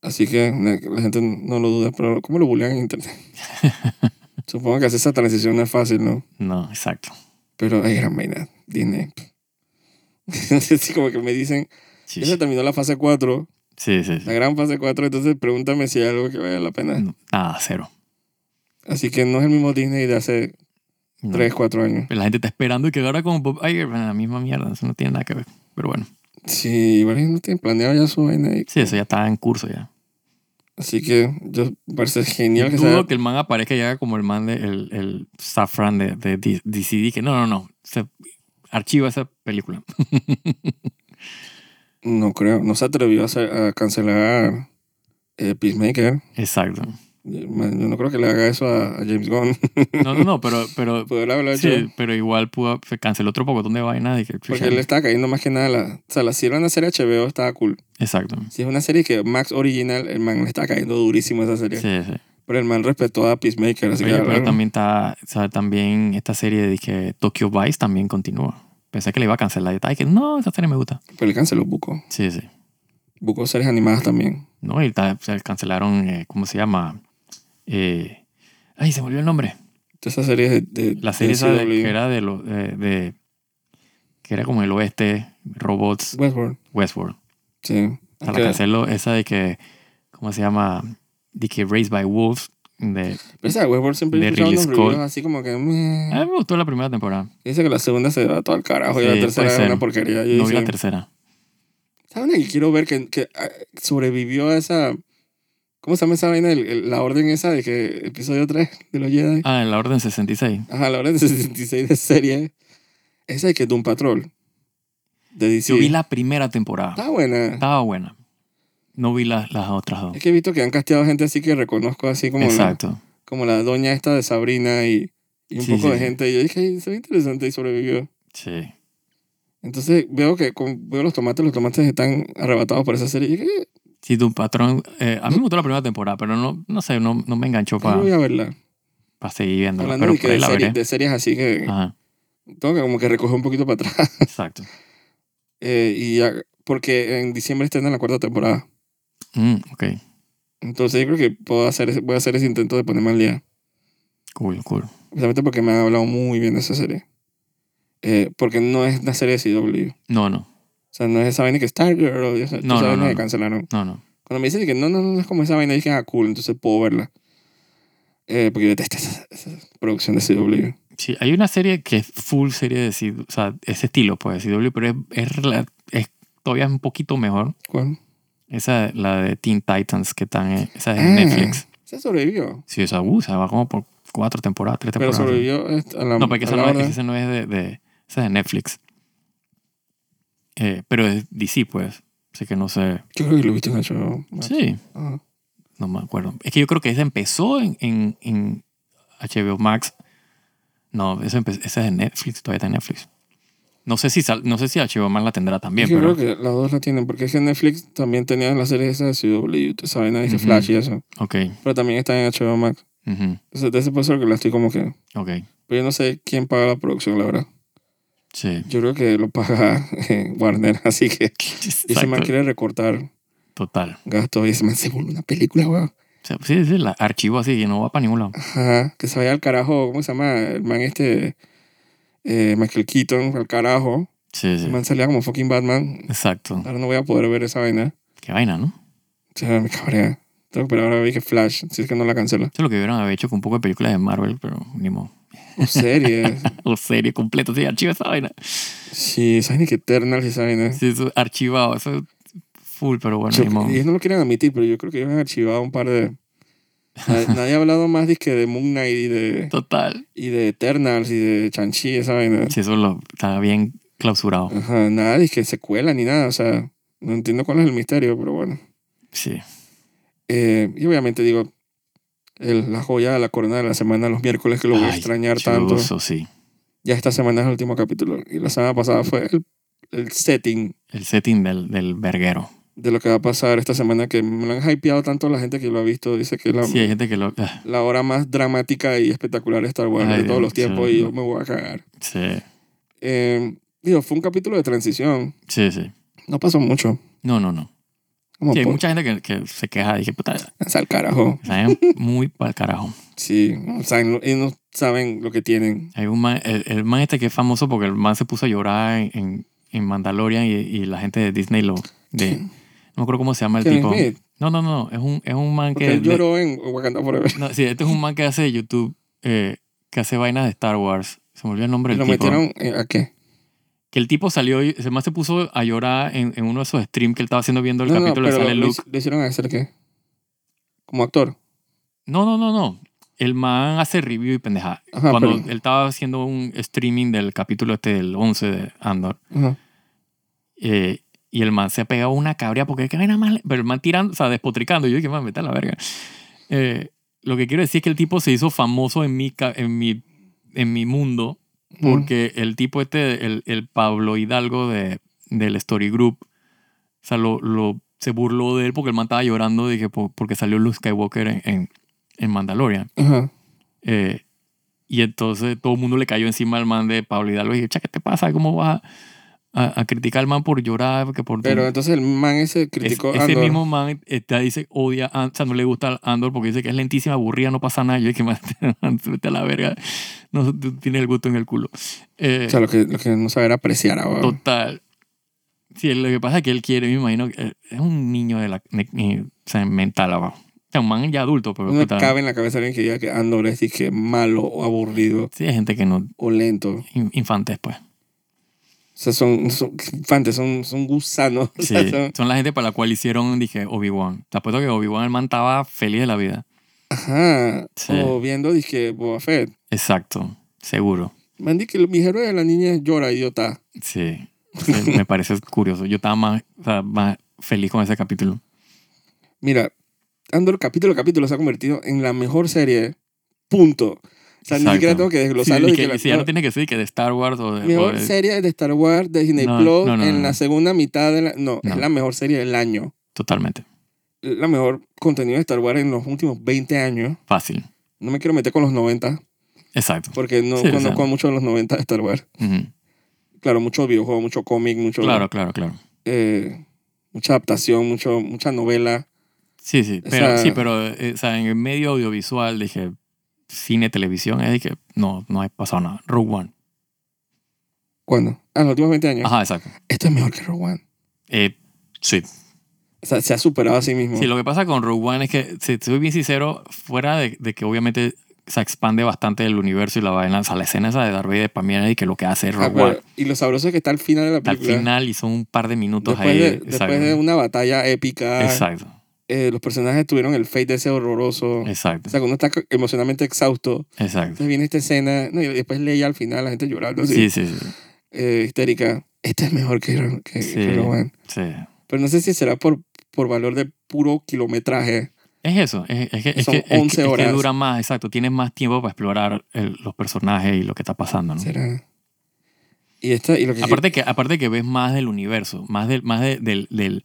S1: Así que na- la gente no lo duda, pero ¿cómo lo bulean en internet? Supongo que hacer esa transición no es fácil, ¿no?
S2: No, exacto.
S1: Pero hay gran vaina, Disney. Así como que me dicen,
S2: Sí,
S1: ya se
S2: sí,
S1: terminó la fase 4,
S2: sí. sí.
S1: La gran fase 4, entonces pregúntame si hay algo que valga la pena.
S2: No, nada, cero.
S1: Así que no es el mismo Disney de hace
S2: No.
S1: 3, 4 años.
S2: La gente está esperando y que ahora con Bob Iger, bueno, la misma mierda, eso no tiene nada que ver. Pero bueno,
S1: Sí, igual ellos no tienen planeado ya su vaina ahí.
S2: sí, eso ya está en curso ya.
S1: Así que yo me parece
S2: Y
S1: genial que sea.
S2: dudo que el man aparezca y haga como el man de el, el Safran de, de D- DCD, que no, no, no, se archiva esa película.
S1: No creo, no se atrevió a, hacer- a cancelar eh, Peacemaker.
S2: Exacto.
S1: Man, Yo no creo que le haga eso a, a James Gunn.
S2: No, no, no, pero, pero,
S1: Poder haberlo hecho.
S2: sí, pero igual pudo, se canceló otro pocotón de vainas. de que-
S1: Porque él estaba cayendo más que nada. a La, o sea, la, si era una serie HBO, estaba cool.
S2: Exacto.
S1: Si es una serie que Max Original, el man le está cayendo durísimo a esa serie.
S2: Sí, sí.
S1: Pero el man respetó a Peacemaker. Así
S2: Oye,
S1: que,
S2: pero también está, o sea, también esta serie de que Tokyo Vice también continúa. Pensé que le iba a cancelar. Y estaba que no, esa serie me gusta.
S1: pero él canceló Buco.
S2: Sí, sí.
S1: Buscó series animadas también.
S2: ¿no? Y ta- se cancelaron, eh, ¿cómo se llama? Eh, ay, se me olvidó el nombre.
S1: Todas esas series de, de-
S2: La
S1: de
S2: serie esa de-
S1: CW.
S2: que era de, lo, eh, de- que era como el oeste, robots,
S1: Westworld.
S2: Westworld.
S1: Sí.
S2: O sea, la
S1: Que-
S2: canceló esa de que, ¿cómo se llama? De que Raised by Wolves, de,
S1: Pero esa de Westworld siempre
S2: De
S1: he escuchado
S2: Ridley
S1: unos reviews
S2: Scott.
S1: así como que...
S2: a
S1: meh.
S2: mí me gustó la primera temporada.
S1: Dice que la segunda se va todo al carajo y
S2: Sí,
S1: la tercera
S2: puede
S1: es
S2: ser.
S1: una porquería. Yo
S2: No vi
S1: dije,
S2: la tercera.
S1: ¿Saben que quiero ver que, que, ah, sobrevivió a esa... ¿Cómo se llama esa vaina? El- el- la orden esa de que episodio 3 de los Jedi.
S2: Ah, en la Orden 66.
S1: Ajá, la orden 66 de serie. Esa de que Doom Patrol. De DC.
S2: Yo vi la primera temporada.
S1: Está buena.
S2: Estaba buena. No vi las, las otras dos.
S1: Es que he visto que han casteado gente así que reconozco así como, la,
S2: Exacto.
S1: como la doña esta de Sabrina y, y un
S2: Sí,
S1: poco
S2: sí.
S1: de gente. Y yo dije, "Ay, se ve interesante y sobrevivió.
S2: Sí.
S1: Entonces veo que con- veo los tomates, los tomates están arrebatados por esa serie. Y dije, "Eh,
S2: Sí, tu patrón. eh, a mí me gustó la primera temporada, pero no, no sé, no, no me enganchó
S1: pues yo
S2: para
S1: voy a verla.
S2: seguir viendo.
S1: Hablando
S2: Pero
S1: de, que
S2: por ahí
S1: de
S2: la
S1: serie-
S2: veré.
S1: de series así que
S2: Ajá,
S1: tengo que como que recoger un poquito para atrás.
S2: exacto.
S1: Eh, y ya- porque en diciembre estrenan la cuarta temporada.
S2: Mm, ok,
S1: Entonces yo creo que puedo hacer, ese- voy a hacer ese intento de ponerme al día.
S2: cool, cool.
S1: Precisamente porque me han hablado muy bien de esa serie. Eh, porque no es una serie de CW. O
S2: No, no,
S1: sea, no es esa vaina que Stargirl o esa,
S2: No,
S1: esa
S2: no,
S1: vaina
S2: no,
S1: que
S2: no.
S1: cancelaron.
S2: no, no.
S1: Cuando me dicen que no, no, no es como esa vaina, dije, ah, cool, entonces puedo verla. Eh, porque yo detesto esa, esa producción de CW.
S2: Sí, hay una serie que es full serie de CW, o sea, ese estilo, pues, de CW, pero es, es, rela- es todavía un poquito mejor.
S1: ¿Cuál?
S2: Esa, la de Teen Titans, que están en, esa es
S1: Ah.
S2: en Netflix.
S1: Se sobrevivió.
S2: Sí, esa, uh, se va como por cuatro temporadas, tres
S1: Pero
S2: temporadas.
S1: sobrevivió est- a la,
S2: No, porque
S1: a
S2: esa
S1: la
S2: no, es-
S1: hora.
S2: esa no es de, de- esa es de Netflix. Eh, pero es DC, pues. Así que no sé.
S1: Yo creo que lo viste en HBO.
S2: Sí,
S1: Ah,
S2: no me acuerdo. Es que yo creo que esa empezó en, en, en HBO Max. No, esa, empe- esa es de Netflix, todavía está en Netflix. No sé si sal- no sé si HBO Max la tendrá también,
S1: yo
S2: pero
S1: creo que las dos la tienen, porque es que Netflix también tenía las series esas de CW, tú sabes, nadie dice
S2: Ujú.
S1: Flash y eso.
S2: ok,
S1: Pero también está en HBO Max.
S2: ujú,
S1: Entonces, de ese por eso que la estoy como que
S2: ok,
S1: Pero yo no sé quién paga la producción, la verdad.
S2: sí.
S1: Yo creo que lo paga eh, Warner, así que. Y ese man
S2: Exacto,
S1: quiere recortar
S2: Total.
S1: gastos y ese man se vuelve una película, weón.
S2: O sea, sí, sí, la archivo así y no va para ningún lado.
S1: Ajá, que se vaya al carajo, ¿cómo se llama? El man este. eh, Michael Keaton, al carajo.
S2: Sí, sí.
S1: El man salía como fucking Batman.
S2: Exacto.
S1: Ahora no voy a poder ver esa vaina.
S2: Qué vaina, ¿no?
S1: O sea, me cabrea. Tengo que esperar ahora vi que Flash, si es que no la cancela.
S2: Eso es lo que hubieran haber hecho con un poco de películas de Marvel, pero ni modo.
S1: O series.
S2: o serie completa, sí, archiva esa vaina.
S1: sí, esa vaina que Eternal y esa vaina.
S2: Sí, eso es archivado, eso es full, pero bueno,
S1: Yo-
S2: ni modo.
S1: ellos no lo quieren admitir, pero yo creo que ellos han archivado un par de... Nadie, nadie ha hablado más dizque de Moon Knight y de,
S2: Total.
S1: y de Eternals y de Chanchi, esa vaina.
S2: Sí, eso lo, está bien clausurado.
S1: Ajá, nada que secuela ni nada, o sea, no entiendo cuál es el misterio, pero bueno.
S2: Sí,
S1: Eh, y obviamente digo, el- la joya de la corona de la semana los miércoles que lo voy a
S2: Ay,
S1: extrañar tanto.
S2: chuso, sí.
S1: Ya esta semana es el último capítulo y la semana pasada fue el, el setting
S2: El setting del, del verguero.
S1: de lo que va a pasar esta semana que me lo han hypeado tanto la gente que lo ha visto, dice que es la,
S2: Sí, hay gente que lo... ah,
S1: la hora más dramática y espectacular de Star Wars
S2: Ay,
S1: de todos
S2: Dios,
S1: los tiempos
S2: sí.
S1: y yo me voy a cagar.
S2: Sí,
S1: Eh, digo, fue un capítulo de transición.
S2: sí, sí.
S1: No pasó mucho.
S2: No, no, no.
S1: Como
S2: Sí, hay
S1: por-
S2: mucha gente que, que se queja. Dije, puta,
S1: al carajo.
S2: saben muy para carajo.
S1: Sí, no saben, lo- ellos no saben lo que tienen.
S2: Hay un man, el, el man este que es famoso porque el man se puso a llorar en, en, en Mandalorian y, y la gente de Disney lo... De, no me acuerdo cómo se llama el
S1: Kevin
S2: tipo.
S1: Smith,
S2: No, no, no. Es un, es un man
S1: porque
S2: que...
S1: él
S2: de-
S1: lloró en Wakanda Forever.
S2: No, sí, este es un man que hace de YouTube, eh, que hace vainas de Star Wars. Se me olvidó el nombre
S1: ¿Y
S2: del
S1: lo
S2: tipo.
S1: metieron eh, a qué?
S2: Que el tipo salió y se más se puso a llorar en, en uno de esos streams que él estaba haciendo viendo el
S1: No, no,
S2: capítulo de
S1: pero
S2: Sale
S1: lo,
S2: Luke.
S1: hic- lo hicieron hacer qué? Como actor.
S2: No, no, no, no. El man hace review y pendeja.
S1: Ajá,
S2: Cuando
S1: Ah, pero-
S2: él estaba haciendo un streaming del capítulo este del 11 de Andor.
S1: Ajá.
S2: eh, y el man se ha pegado una cabria porque qué vaina más. le- Pero el man tirando, o sea, despotricando. Y yo dije, man, vete a la verga. Eh, lo que quiero decir es que el tipo se hizo famoso en mi, ca- en mi, en mi mundo. Porque el tipo este, el, el Pablo Hidalgo de, del Story Group, o sea, lo, lo- se burló de él porque el man estaba llorando dije, po- porque salió Luke Skywalker en, en, en Mandalorian.
S1: Ajá.
S2: Eh, y entonces todo el mundo le cayó encima al man de Pablo Hidalgo y dije, "Cha, ¿qué te pasa? ¿Cómo vas a, a- a criticar al man por llorar? Porque por
S1: Pero entonces el man ese
S2: Es-
S1: criticó a
S2: ese
S1: Andor.
S2: mismo man está, dice odia, a- o sea, no le gusta a Andor porque dice que es lentísima, aburrida, no pasa nada. Yo dije, man, vete a la verga, no, tú tienes el gusto en el culo. Eh,
S1: O sea, lo que, lo que no saber apreciar ahora.
S2: Total. Sí, lo que pasa es que él quiere, me imagino, que, eh, es un niño de la, de- eh, o sea, eh, mental, abajo. sea, un man ya adulto, pues, pero
S1: No me
S2: puta,
S1: cabe en la cabeza alguien que diga que Andor es que malo o aburrido
S2: sí, hay gente que no.
S1: o lento. O
S2: in- Infantes, pues.
S1: sea, son, son infantes, son, son gusanos. O
S2: Sí,
S1: sea, son-
S2: son la gente para la cual hicieron, dije, Obi-Wan. Te apuesto que Obi-Wan, el man estaba feliz de la vida.
S1: ajá.
S2: Sí.
S1: O viendo, dije, Boba Fett.
S2: Exacto, seguro.
S1: Man, di que mi héroe de la niña llora, idiota.
S2: Sí, Sí, me parece curioso. Yo estaba más, o sea, más feliz con ese capítulo.
S1: Mira, Andor capítulo a capítulo se ha convertido en la mejor serie. Punto. O sea, ni
S2: Exacto.
S1: siquiera tengo que
S2: Sí,
S1: desglosarlo.
S2: y
S1: de
S2: que-
S1: que la-
S2: si ya no tiene que ser que de Star Wars o de... o
S1: mejor
S2: de-
S1: serie de Star Wars de Disney
S2: No,
S1: Plus
S2: no, no,
S1: en
S2: no,
S1: la
S2: no.
S1: segunda mitad de la... No,
S2: No.
S1: es la mejor serie del año.
S2: totalmente,
S1: La mejor contenido de Star Wars en los últimos 20 años.
S2: fácil.
S1: No me quiero meter con los 90,
S2: Exacto.
S1: porque no
S2: Sí, o
S1: conozco
S2: sea.
S1: mucho de los 90 de Star Wars.
S2: Ujú.
S1: Claro, mucho videojuego, mucho cómic, mucho...
S2: pues, Claro, claro, claro.
S1: eh, mucha adaptación, mucho, mucha novela.
S2: Sí, sí,
S1: O
S2: pero,
S1: sea-
S2: sí, pero eh, o sea, en el medio audiovisual dije cine, televisión, eh, dije, no, no ha pasado nada. Rogue One.
S1: ¿Cuándo? Ah, los últimos 20 años.
S2: Ajá, exacto.
S1: Esto es mejor que Rogue One.
S2: Eh, sí.
S1: O sea, se ha superado a sí mismo.
S2: Sí, lo que pasa con Rogue One es que, si te soy bien sincero, fuera de, de que obviamente se expande bastante el universo y la vaina, o sea, la escena esa de Darth Vader para mí era de que lo que hace es
S1: Ah,
S2: Rogue
S1: pero-
S2: One.
S1: y lo sabroso es que está al final de la
S2: Al
S1: película.
S2: final hizo un par de minutos
S1: después,
S2: ahí.
S1: de,
S2: exacto.
S1: después de una batalla épica,
S2: exacto,
S1: eh, los personajes tuvieron el fate de ese horroroso. O
S2: exacto,
S1: sea, que uno está emocionalmente exhausto.
S2: exacto.
S1: Entonces viene esta escena, no, y después leía al final la gente llorando así,
S2: Sí, sí, sí.
S1: eh, histérica. Este es mejor que, Ro- que,
S2: Sí.
S1: que Rogue One.
S2: sí.
S1: Pero no sé si será por, por valor de puro kilometraje.
S2: Es eso, es, es que, es
S1: Son
S2: que- es que-
S1: 11
S2: es que
S1: horas.
S2: dura más, exacto. Tienes más tiempo para explorar el- los personajes y lo que está pasando, Ah, ¿no?
S1: Será. Y, esta, y lo que
S2: Aparte que, aparte que ves más del universo, más del, más de- del, del,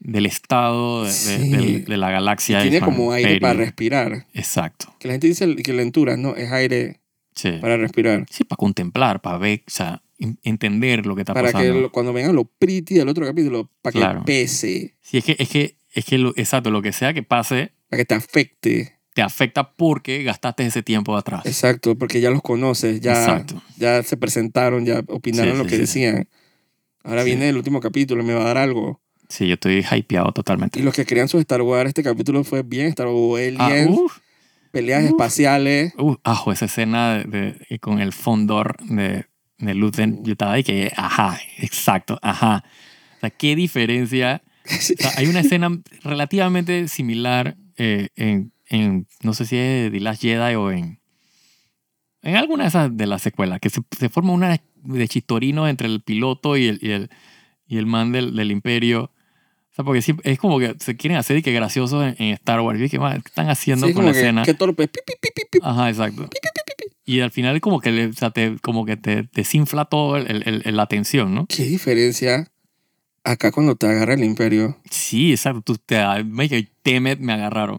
S2: del estado de, de-
S1: Sí.
S2: del- de la galaxia.
S1: tiene como
S2: expandir.
S1: aire para respirar.
S2: Exacto.
S1: Que la gente dice que lentura, no, es aire
S2: Sí.
S1: para respirar.
S2: Sí, para contemplar, para ver, o sea, en- entender lo que está
S1: para
S2: pasando.
S1: que lo- cuando vengan los pretty del otro capítulo, para que
S2: Claro.
S1: pese,
S2: Sí, es que, es que, es que lo, exacto, lo que sea que pase
S1: para que te afecte.
S2: te afecta porque gastaste ese tiempo atrás.
S1: Exacto, porque ya los conoces, ya,
S2: Exacto.
S1: ya se presentaron, ya opinaron
S2: Sí,
S1: lo
S2: sí,
S1: que
S2: sí.
S1: decían. Ahora
S2: Sí.
S1: viene el último capítulo, me va a dar algo.
S2: Sí, yo estoy hypeado
S1: Y
S2: totalmente.
S1: los que crean su Star Wars, este capítulo fue bien Star Wars,
S2: Ah, uh.
S1: aliens,
S2: uf,
S1: peleas
S2: uf.
S1: espaciales.
S2: uf, ajo, esa escena de, de- con el fondor de, de Luthen, yo estaba ahí que, ajá, exacto, ajá. O sea, qué diferencia
S1: Sí.
S2: O sea, hay una escena relativamente similar eh, en, en- no sé si es The Last Jedi o en, en alguna de esas de las secuelas, que se, se forma una de chistorino entre el piloto y el, y el, y el man del, del imperio. O sea, porque siempre- es como que se quieren hacer y que graciosos en, en Star Wars. Y es que, man, ¿qué están haciendo
S1: Sí,
S2: con
S1: como
S2: la
S1: que,
S2: escena?
S1: que torpe. Pi, pi, pi, pi, pi.
S2: Ajá, exacto. Y al final como que, le, o sea, te, como que te te desinfla todo el- el- el- la tensión, ¿no?
S1: Qué diferencia acá cuando te agarra el imperio.
S2: Sí, exacto. Tú te, ah, me dije, temet, me agarraron.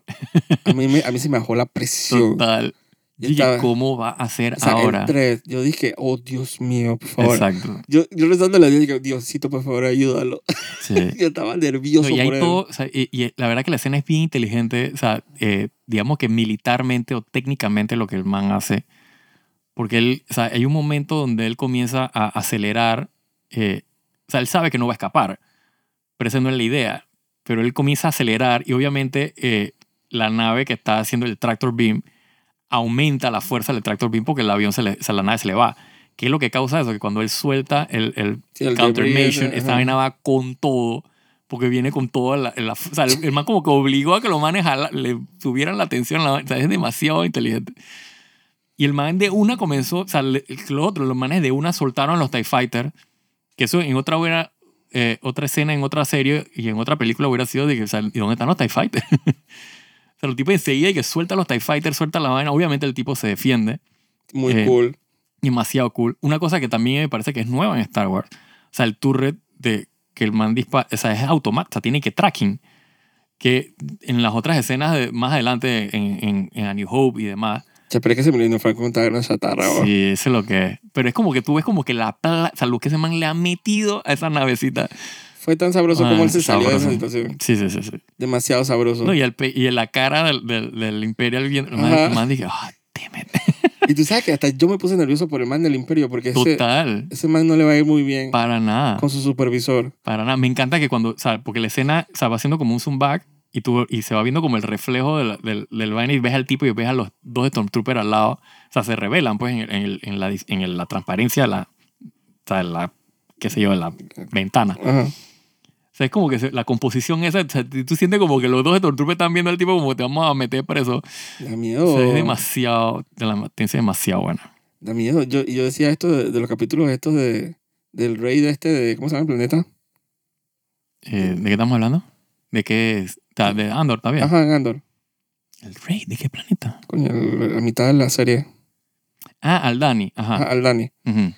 S1: A mí, me- a mí se me bajó la presión.
S2: Total.
S1: Yo
S2: Dije,
S1: estaba-
S2: ¿cómo va a ser
S1: O sea,
S2: ahora?
S1: el 3, yo dije, oh Dios mío, por favor.
S2: Exacto.
S1: Yo, yo rezando a Dios, digo, Diosito, por favor, ayúdalo.
S2: Sí.
S1: Yo estaba nervioso
S2: y, hay
S1: por él.
S2: todo, o sea, y, y la verdad que la escena es bien inteligente, o sea, eh, digamos que militarmente o técnicamente lo que el man hace, porque él, o sea, hay un momento donde él comienza a acelerar, eh, o sea, él sabe que no va a escapar, pero esa no es la idea, pero él comienza a acelerar y obviamente eh, la nave que está haciendo el tractor beam aumenta la fuerza del tractor beam porque el avión, se le, o sea, la nave se le va. ¿Qué es lo que causa eso? Que cuando él suelta el, el,
S1: Sí, el debris,
S2: Countermation,
S1: ajá.
S2: esta vaina va con todo, porque viene con toda la... la- o sea, el, el man como que obligó a que los manes jala- le subieran la atención, la, o sea, es demasiado inteligente. Y el man de una comenzó, o sea, le- los otros, los manes de una soltaron los TIE Fighter, que eso en otra buena... eh, otra escena en otra serie y en otra película hubiera sido de que, o sea, ¿y dónde están los TIE Fighters? o sea, el tipo enseguida y que suelta los TIE Fighters, suelta la vaina. Obviamente el tipo se defiende
S1: Muy
S2: eh,
S1: cool.
S2: demasiado cool. Una cosa que también me parece que es nueva en Star Wars. O sea, el turret de que el man dispara, o sea, es automática, o sea, tiene que tracking. Que en las otras escenas de, más adelante en, en, en A New Hope y demás,
S1: Che, pero es que se me vino fue con una chatarra. ¿o?
S2: sí, eso es lo que es. Pero es como que tú ves como que la pla- o sea, lo que ese man le ha metido a esa navecita.
S1: Fue tan sabroso
S2: Ah,
S1: como él se salió de esa
S2: sabroso.
S1: situación.
S2: Sí, sí, sí. sí.
S1: Demasiado sabroso.
S2: No, y, el pe- y en la cara del, del, del Imperial, bien- el man,
S1: Ajá.
S2: el man dije, ah, damn it".
S1: Y tú sabes que hasta yo me puse nervioso por el man del imperio, porque ese,
S2: Total,
S1: ese man no le va a ir muy bien
S2: para nada.
S1: con su supervisor.
S2: Para nada. Me encanta que cuando, o sea, porque la escena, o sea, va haciendo como un zoom back y, tú, y se va viendo como el reflejo del, del, del vaina y ves al tipo y ves a los dos Stormtroopers al lado. O sea, se revelan pues en, el- en el- en la, dis- en el- la transparencia, de la, o sea, de la, qué sé yo, de la ventana.
S1: Ajá.
S2: O sea, es como que se- la composición esa, o sea, tú sientes como que los dos Stormtroopers están viendo al tipo como te vamos a meter preso.
S1: Da
S2: O
S1: miedo.
S2: sea, es demasiado, de la matenza es demasiado buena.
S1: Da miedo. Yo, yo decía esto de, de los capítulos estos de, del rey de este, de, ¿cómo se llama el planeta?
S2: Eh, ¿De qué estamos hablando? ¿De qué? es? Ta- ¿De Andor también?
S1: Ajá, Gandor.
S2: ¿El rey? ¿De qué planeta?
S1: Coño, el- la mitad de la serie.
S2: Ah, Aldani. Ajá.
S1: Ajá, Al Dani.
S2: Ujú.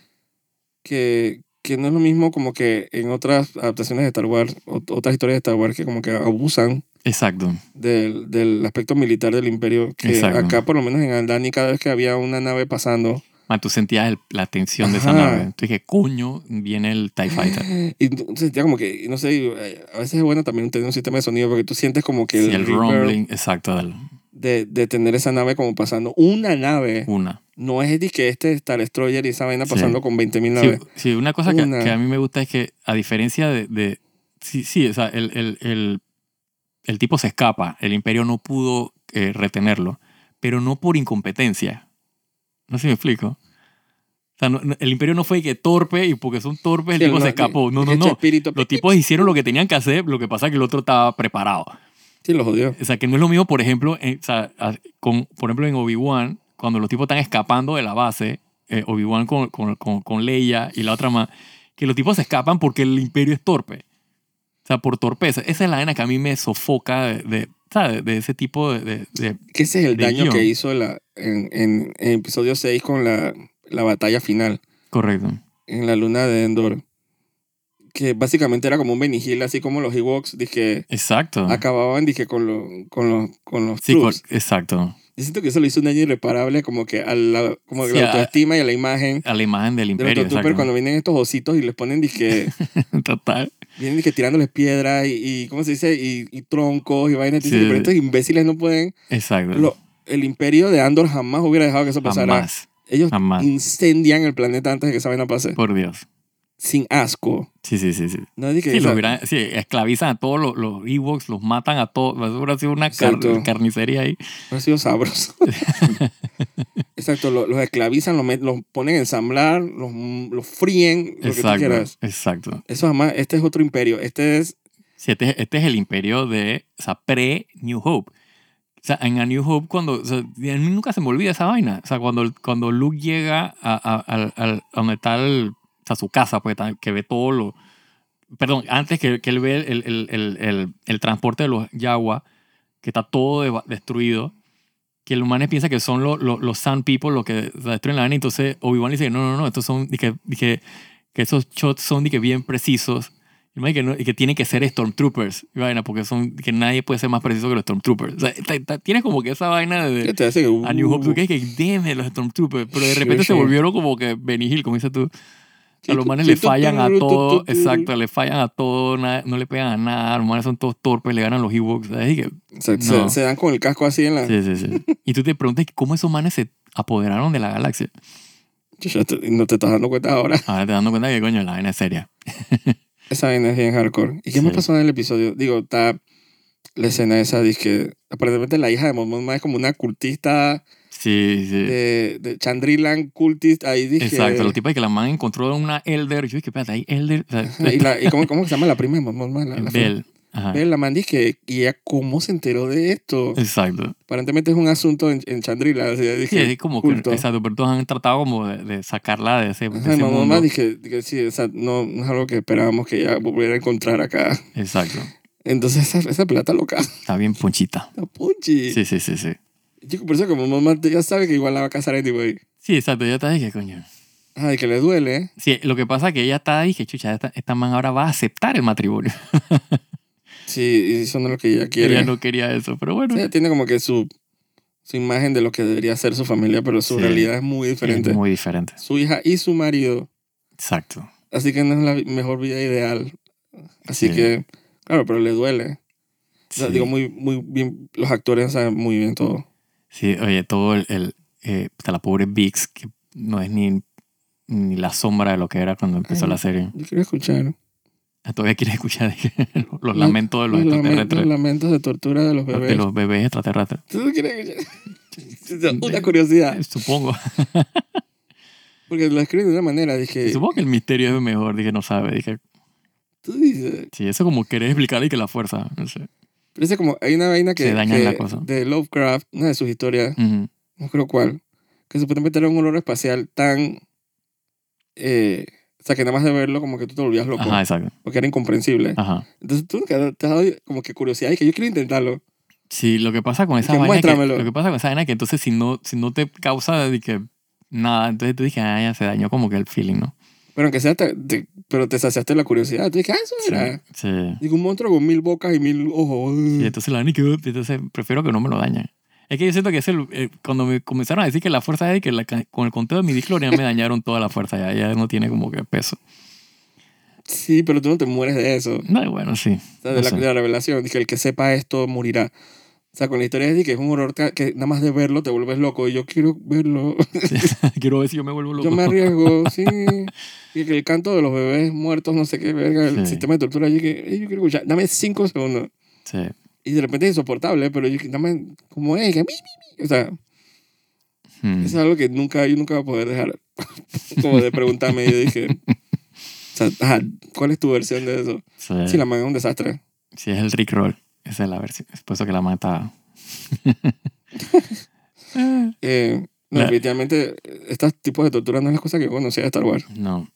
S1: Que, que no es lo mismo como que en otras adaptaciones de Star Wars, o- otras historias de Star Wars que como que abusan
S2: Exacto.
S1: del, del aspecto militar del imperio. Que
S2: Exacto.
S1: acá, por lo menos en Al Dani, cada vez que había una nave pasando,
S2: Man, tú sentías el- la tensión de esa
S1: Ajá.
S2: nave. Entonces dije, coño, viene el TIE Fighter.
S1: y tú sentías como que, no sé, y, eh, a veces es bueno también tener un sistema de sonido porque tú sientes como que
S2: Y el
S1: reverb
S2: rumbling, exacto, del-
S1: de, de tener esa nave como pasando una nave.
S2: una.
S1: No es de que este Star Destroyer y esa vaina
S2: Sí.
S1: pasando con 20.000
S2: Sí,
S1: naves.
S2: sí, una cosa que,
S1: Una.
S2: que a mí me gusta es que, a diferencia de. de- sí, sí, o sea, el, el- el- el tipo se escapa. El Imperio no pudo eh, retenerlo, pero no por incompetencia. No sé si me explico. O sea, no- no- el Imperio no fue que torpe y porque son torpes el
S1: Sí,
S2: tipo
S1: no,
S2: se escapó. No, no,
S1: Este
S2: no.
S1: espíritu,
S2: Los tipos hicieron lo que tenían que hacer, lo que pasa es que el otro estaba preparado.
S1: sí, los odió.
S2: O sea, que no es lo mismo, por ejemplo, en, o sea, a- con, por ejemplo, en Obi-Wan, cuando los tipos están escapando de la base, eh, Obi-Wan con, con, con, con Leia y la otra más, que los tipos se escapan porque el imperio es torpe. O sea, por torpeza. Esa es la vaina que a mí me sofoca de, de, ¿sabes? de ese tipo de... de- de-
S1: Que ese es el
S2: De
S1: daño
S2: guión.
S1: que hizo la, en, en, en episodio 6 con la, la batalla final
S2: Correcto.
S1: en la luna de Endor. Que básicamente era como un Benigil, así como los Ewoks, dije,
S2: Exacto.
S1: acababan, dije, con, los con los, con los
S2: Ah. Sí,
S1: troops.
S2: cor- exacto.
S1: Yo siento que eso le hizo un daño irreparable como que a la, como que
S2: Sí,
S1: la
S2: a-
S1: autoestima y a la imagen
S2: A la imagen del
S1: de los
S2: imperio.
S1: Stormtroopers
S2: Exacto.
S1: cuando vienen estos ositos y les ponen, dije,
S2: Total.
S1: vienen dije, tirándoles piedras y, y, ¿cómo se dice? Y, y troncos y vainas.
S2: Sí.
S1: Dicen, pero estos imbéciles no pueden...
S2: Exacto.
S1: Lo- el imperio de Andor jamás hubiera dejado que eso pasara.
S2: Jamás.
S1: Ellos
S2: Jamás.
S1: incendian el planeta antes de que esa vaina pase.
S2: Por Dios.
S1: Sin asco.
S2: Sí, sí, sí, sí.
S1: No es de que
S2: Sí,
S1: esa-
S2: los hubieran- sí, esclavizan a todos los, los Ewoks, los matan a todos. Eso hubiera sido una car-
S1: Exacto.
S2: carnicería ahí.
S1: no ha sido sabroso. Exacto, lo- los esclavizan, los, met- los ponen a ensamblar, los, los fríen, lo que tú
S2: Exacto,
S1: quieras.
S2: exacto.
S1: Eso jamás, este es otro imperio. Este es,
S2: Sí, este, es- este es el imperio de, o sea, pre-New Hope. O sea, en A New Hope, cuando, o sea, a mí nunca se me olvida esa vaina. O sea, cuando, cuando Luke llega a, a, al- al- a donde está el- o sea, su casa, pues, tan- que ve todo lo... Perdón, antes que, que él ve el, el- el- el- el transporte de los Yawa, que está todo deva- destruido, que el humano piensa que son los, los, los Sand People los que o sea, destruyen la vaina, entonces Obi-Wan le dice, no, no, no, estos son, dije, dije, que esos shots son dije, bien precisos, y, me dice que no- y que tienen que ser Stormtroopers, y vaina, porque son, que nadie puede ser más preciso que los Stormtroopers. O sea, ta- ta- tienes como que esa vaina de...
S1: ¿qué te hace? Uh,
S2: A New Hope, tú crees que damn it, los Stormtroopers, pero de
S1: Sí,
S2: repente se
S1: sí.
S2: volvieron como que Benny Hill, como dices tú.
S1: sí,
S2: A los
S1: tú-
S2: manes
S1: sí,
S2: le
S1: tú-
S2: fallan a
S1: tú- tú-
S2: todo,
S1: tú-
S2: exacto, le fallan a todo, nada- no le pegan a nada, los manes son todos torpes, le ganan los Ewoks, ¿sabes? Y que-
S1: Exacto,
S2: No.
S1: se, se dan con el casco así en la...
S2: Sí, sí, sí. Y tú te preguntas que cómo esos manes se apoderaron de la galaxia.
S1: Chucha, te- no te estás dando cuenta ahora.
S2: Ahora te dando cuenta que coño, la vaina es seria.
S1: Esa vaina es bien hardcore. ¿Y qué más
S2: Sí.
S1: pasó en el episodio? Digo, está la escena esa, que aparentemente la hija de Mon Ma es como una cultista
S2: Sí, sí.
S1: de, de Chandrilan cultist, ahí dije...
S2: Exacto, los tipos de que la man encontró una Elder. Yo dije, espérate, hay Elder. O sea,
S1: Ajá, ¿Y, la, y cómo, cómo se llama la prima de Mon Ma? La, la-
S2: Bell. Ajá.
S1: Bell, la man dije, ¿y ella cómo se enteró de esto?
S2: Exacto.
S1: Aparentemente es un asunto en, en Chandrilan. así,
S2: Sí,
S1: dije,
S2: es como que.
S1: culto.
S2: Exacto, pero todos han tratado como de, de sacarla de ese, de
S1: Ajá, y
S2: ese
S1: Mon
S2: mundo.
S1: Ma dije, dije, sí, o sea, no, no es algo que esperábamos que ella volviera a encontrar acá.
S2: Exacto.
S1: Entonces esa, esa plata loca,
S2: Está bien ponchita.
S1: la punchi.
S2: Sí, sí, sí, sí.
S1: Yo, por eso como mamá ya sabe que igual la va a casar anyway.
S2: Sí, exacto. Ya te dije, coño.
S1: Ah, de que le duele.
S2: Sí, lo que pasa es que ella está, dije, chucha, esta, esta man ahora va a aceptar el matrimonio.
S1: Sí, y eso no es lo que ella quiere.
S2: Ella
S1: Ella,
S2: no quería eso, pero bueno.
S1: tiene como que su, su imagen de lo que debería ser su familia, pero su
S2: Sí.
S1: realidad es muy diferente.
S2: Es muy diferente.
S1: Su hija y su marido.
S2: Exacto.
S1: Así que no es la vi- mejor vida ideal. Así
S2: Sí.
S1: que, claro, pero le duele. O sea,
S2: Sí.
S1: digo, muy, muy bien, los actores saben muy bien todo.
S2: Sí, oye, todo el, el eh, hasta la pobre Vix, que no es ni, ni la sombra de lo que era cuando empezó
S1: Ay.
S2: la serie.
S1: Yo quiero escuchar.
S2: Ah, Todavía quieres escuchar los, los lamentos de los,
S1: lamen-
S2: extraterrestres.
S1: los lamentos de tortura de los
S2: de
S1: bebés.
S2: los bebés extraterrestres.
S1: ¿Tú no quieres escuchar? Una curiosidad.
S2: Eh, Supongo.
S1: Porque lo escriben de una manera. Dije,
S2: Supongo que el misterio es mejor. Dije, no sabe. Dije,
S1: tú dices.
S2: sí, eso como querés explicar y que la fuerza. No sé.
S1: Parece como. Hay una vaina que.
S2: Se daña
S1: que-
S2: la cosa.
S1: De Lovecraft, una de sus historias,
S2: Ujú.
S1: no creo cuál. Que supuestamente era un olor espacial tan. eh, o sea, que nada más de verlo, como que tú te volvías loco.
S2: Ajá, exacto.
S1: Porque era incomprensible.
S2: Ajá.
S1: Entonces tú nunca te has dado como que curiosidad. Y que yo quiero intentarlo.
S2: Sí, lo que pasa con esa
S1: Que
S2: vaina. es Que,
S1: muéstramelo.
S2: lo que pasa con esa vaina es que entonces si no, si no te causa de que nada, entonces tú dije, ah, ya se dañó como que el feeling, ¿no?
S1: Pero aunque sea. Te, te- pero te saciaste la curiosidad. Tú dije, ah, eso
S2: Sí.
S1: era.
S2: sí.
S1: Digo, un monstruo con mil bocas y mil ojos.
S2: Y entonces la vaina es que, uh, entonces prefiero que no me lo dañen. Es que yo siento que es el, eh, cuando me comenzaron a decir que la fuerza de que la ca- con el conteo de mi discloria me dañaron toda la fuerza, ya, ya no tiene como que peso.
S1: Sí, pero tú no te mueres de eso.
S2: No, y bueno, sí.
S1: O sea, de,
S2: No
S1: la,
S2: sé.
S1: de la revelación. Dije, el que sepa esto morirá. O sea, con la historia de que es un horror ca- que nada más de verlo te vuelves loco. Y yo quiero verlo.
S2: Quiero ver si yo me vuelvo loco.
S1: Yo me arriesgo, sí. Y que el canto de los bebés muertos, no sé qué, verga, el
S2: Sí.
S1: sistema de tortura. Yo que, "Ey, yo quiero escuchar. Dame cinco segundos.
S2: Sí.
S1: Y de repente es insoportable, pero yo que, dame, como es? Que, mi, mi, mi". O sea,
S2: Mm. Hmm.
S1: es algo que nunca, yo nunca voy a poder dejar. como de preguntarme. Yo dije, o sea, ajá, ¿cuál es tu versión de eso?
S2: Sí.
S1: Sí, la manga es un desastre.
S2: Sí, es el Rickroll. Esa es la versión. Es por eso que la mata. Eh,
S1: Eh, no,
S2: La-
S1: definitivamente, estos tipos de tortura no es la cosa que yo conocía de Star Wars.
S2: no.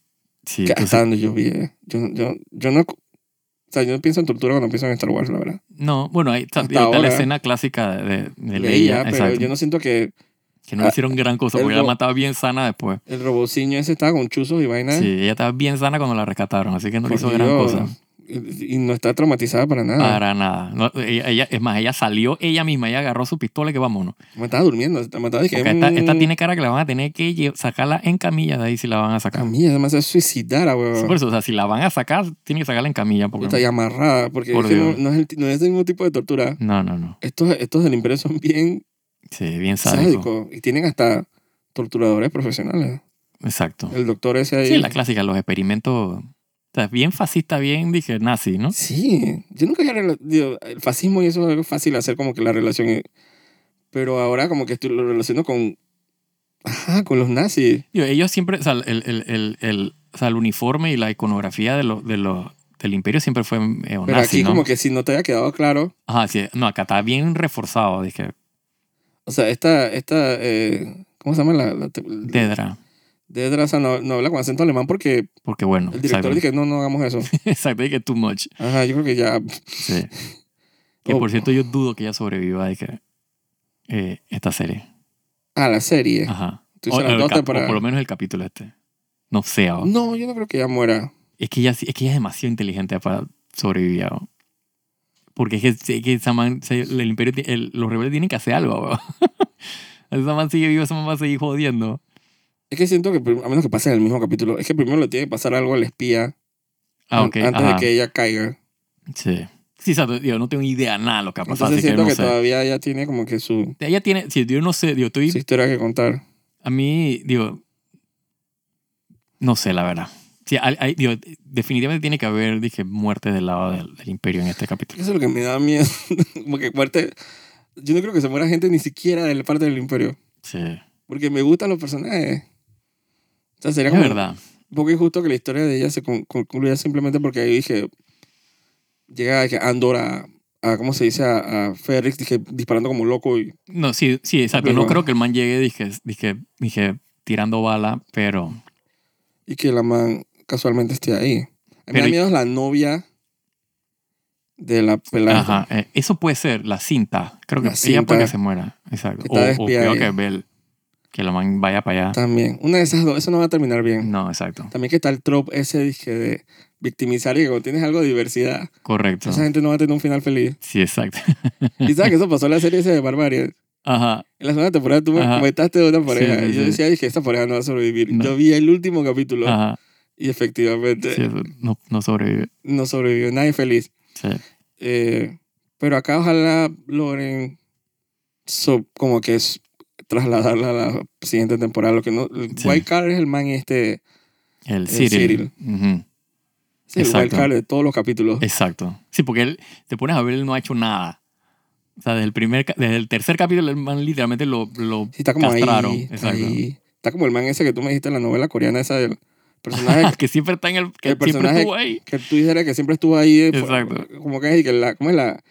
S2: Sí,
S1: Que
S2: entonces-
S1: hasta donde yo vi, eh, yo, yo, yo no... O sea, yo no pienso en tortura cuando pienso en Star Wars, la verdad.
S2: no, bueno, ahí está,
S1: Hasta
S2: está la
S1: ahora.
S2: escena clásica de, de Leia,
S1: Leía, pero
S2: exacto,
S1: yo no siento que
S2: que no le
S1: ah,
S2: hicieron gran cosa,
S1: el
S2: porque la
S1: ro-
S2: mataba bien sana después.
S1: el robociño ese estaba con chuzos y vainas.
S2: Sí, ella estaba bien sana cuando la rescataron, así que no
S1: ¿Eh? por
S2: le hizo gran
S1: Dios, Ah.
S2: cosa.
S1: Y, y no está traumatizada para nada.
S2: Para nada. No, ella, ella- es más, ella salió ella misma, ella agarró su pistola y que vámonos.
S1: Me estaba durmiendo, me estaba dije,
S2: Porque esta, esta
S1: "Mm,
S2: tiene cara que la van a tener que lle- sacarla en camilla de ahí si la van a sacar.
S1: Camilla, además se suicidara, weón.
S2: Sí, por eso, o sea, si la van a sacar, tiene que sacarla en camilla. Porque...
S1: ah, Está ahí amarrada, porque
S2: Por
S1: es que no,
S2: Dios.
S1: no es el, ti- no es el mismo tipo de tortura.
S2: No, no, no.
S1: Estos, estos del imperio son bien
S2: Sí, bien sádico.
S1: sádicos y tienen hasta torturadores profesionales.
S2: Exacto.
S1: El doctor ese ahí.
S2: Sí, la clásica, los experimentos. O sea, bien fascista, bien, dije, nazi, ¿no?
S1: Sí, yo nunca había rela- digo, el fascismo y eso es algo fácil hacer como que la relación es- pero ahora como que estoy lo relaciono con ajá, con los nazis.
S2: Digo, ellos siempre, o sea, el, el, el, el- o sea, el uniforme y la iconografía de los, de los, del imperio siempre fue eh,
S1: Pero
S2: nazi,
S1: aquí
S2: ¿no?
S1: como que si no te haya quedado claro,
S2: Ajá, sí. No, acá está bien reforzado, dije,
S1: o sea, esta esta eh, ¿cómo se llama la, la
S2: Dedra.
S1: Dedra, o sea, no, no habla con acento alemán porque
S2: Porque bueno,
S1: el director
S2: exacto,
S1: dice no no hagamos eso.
S2: exacto, dije, too much.
S1: Ajá, yo creo que ya
S2: Sí. Que
S1: Oh.
S2: por cierto, yo dudo que ella sobreviva, dije, eh, esta serie.
S1: a la serie.
S2: Ajá.
S1: Tú
S2: Ah, O,
S1: dices la
S2: el
S1: Eh, nota
S2: cap-
S1: para-
S2: o por lo menos el capítulo este. No sé, ah.
S1: No, yo no creo que ya muera.
S2: Es que ella, sí- es que ella es demasiado inteligente para sobrevivir. weón. Porque es que, es que esa man- se- el imperio, ti- el- los rebeldes tienen que hacer algo. weón. esa man sigue viva, esa man va a seguir jodiendo.
S1: Es que siento que prim- a menos que pase en el mismo capítulo, es que primero le tiene que pasar algo al espía
S2: Ah,
S1: an-
S2: ok.
S1: antes
S2: ajá.
S1: de que ella caiga.
S2: Sí. Sí, exacto. Yo no tengo idea de nada de lo que ha pasado.
S1: Entonces
S2: así Ah, pues
S1: siento
S2: que no
S1: que,
S2: sé.
S1: todavía ella tiene como que su
S2: Ella tiene. Sí, yo no sé. Digo, estoy.
S1: su historia que contar.
S2: A mí, digo. No sé, la verdad. Sí, hay- hay- digo, definitivamente tiene que haber, dije, muerte del lado del, del imperio en este capítulo.
S1: Eso es lo que me da miedo. como que muerte. Yo no creo que se muera gente ni siquiera de la parte del Imperio.
S2: Sí.
S1: Porque me gustan los personajes. O sea, sería
S2: Es
S1: como
S2: verdad.
S1: un poco injusto que la historia de ella se con- concluya simplemente porque ahí dije. Llega a que Andor a, a- ¿Cómo se dice? A, a Ferrix, dije, disparando como loco. Y,
S2: No, sí, sí, exacto. No
S1: Pero-
S2: creo que el man llegue, dije, dije, dije tirando bala, pero
S1: y que la man casualmente esté ahí. A mí me
S2: Pero-
S1: da miedo la novia de la pelada.
S2: ajá, eh, eso puede ser la cinta. Creo que
S1: La
S2: ella
S1: cinta.
S2: puede que se muera. Exacto.
S1: Que
S2: O,
S1: está
S2: o
S1: despía
S2: peor que
S1: ella.
S2: Bell, que la man vaya para allá.
S1: También. Una de esas dos. Eso no va a terminar bien.
S2: No, exacto.
S1: También que está el trope ese dije, de victimizar y que cuando tienes algo de diversidad,
S2: Correcto.
S1: esa gente no va a tener un final feliz.
S2: Sí, exacto.
S1: Y sabes que eso pasó en la serie esa de Barbarie.
S2: Ajá.
S1: En la segunda temporada tú me
S2: Ajá.
S1: comentaste de una pareja.
S2: Sí, sí,
S1: y yo
S2: sí.
S1: decía, dije, esta pareja no va a sobrevivir.
S2: No.
S1: Yo vi el último capítulo
S2: Ajá.
S1: y efectivamente
S2: Sí, eso, no, no sobrevive.
S1: no sobrevivió. Nadie feliz.
S2: Sí.
S1: Eh, pero acá ojalá logren so- como que es trasladarla a la siguiente temporada. Lo que no, el
S2: Sí.
S1: White Card es el man este.
S2: El
S1: Cyril.
S2: Cyril. Ujú.
S1: Sí, el
S2: Exacto.
S1: wildcard de todos los capítulos.
S2: Exacto. Sí, porque él, te pones a ver, él no ha hecho nada. O sea, desde el, primer, ca- desde el tercer capítulo, el man literalmente lo, lo
S1: Sí, está como ahí,
S2: castraron.
S1: está
S2: Exacto.
S1: ahí. Está como el man ese que tú me dijiste en la novela coreana, esa del personaje
S2: Que siempre está en el. Que
S1: El
S2: siempre
S1: personaje-
S2: estuvo ahí.
S1: que tú dijeras que siempre estuvo ahí. eh,
S2: Exacto.
S1: Como que es, que la, ¿cómo es la,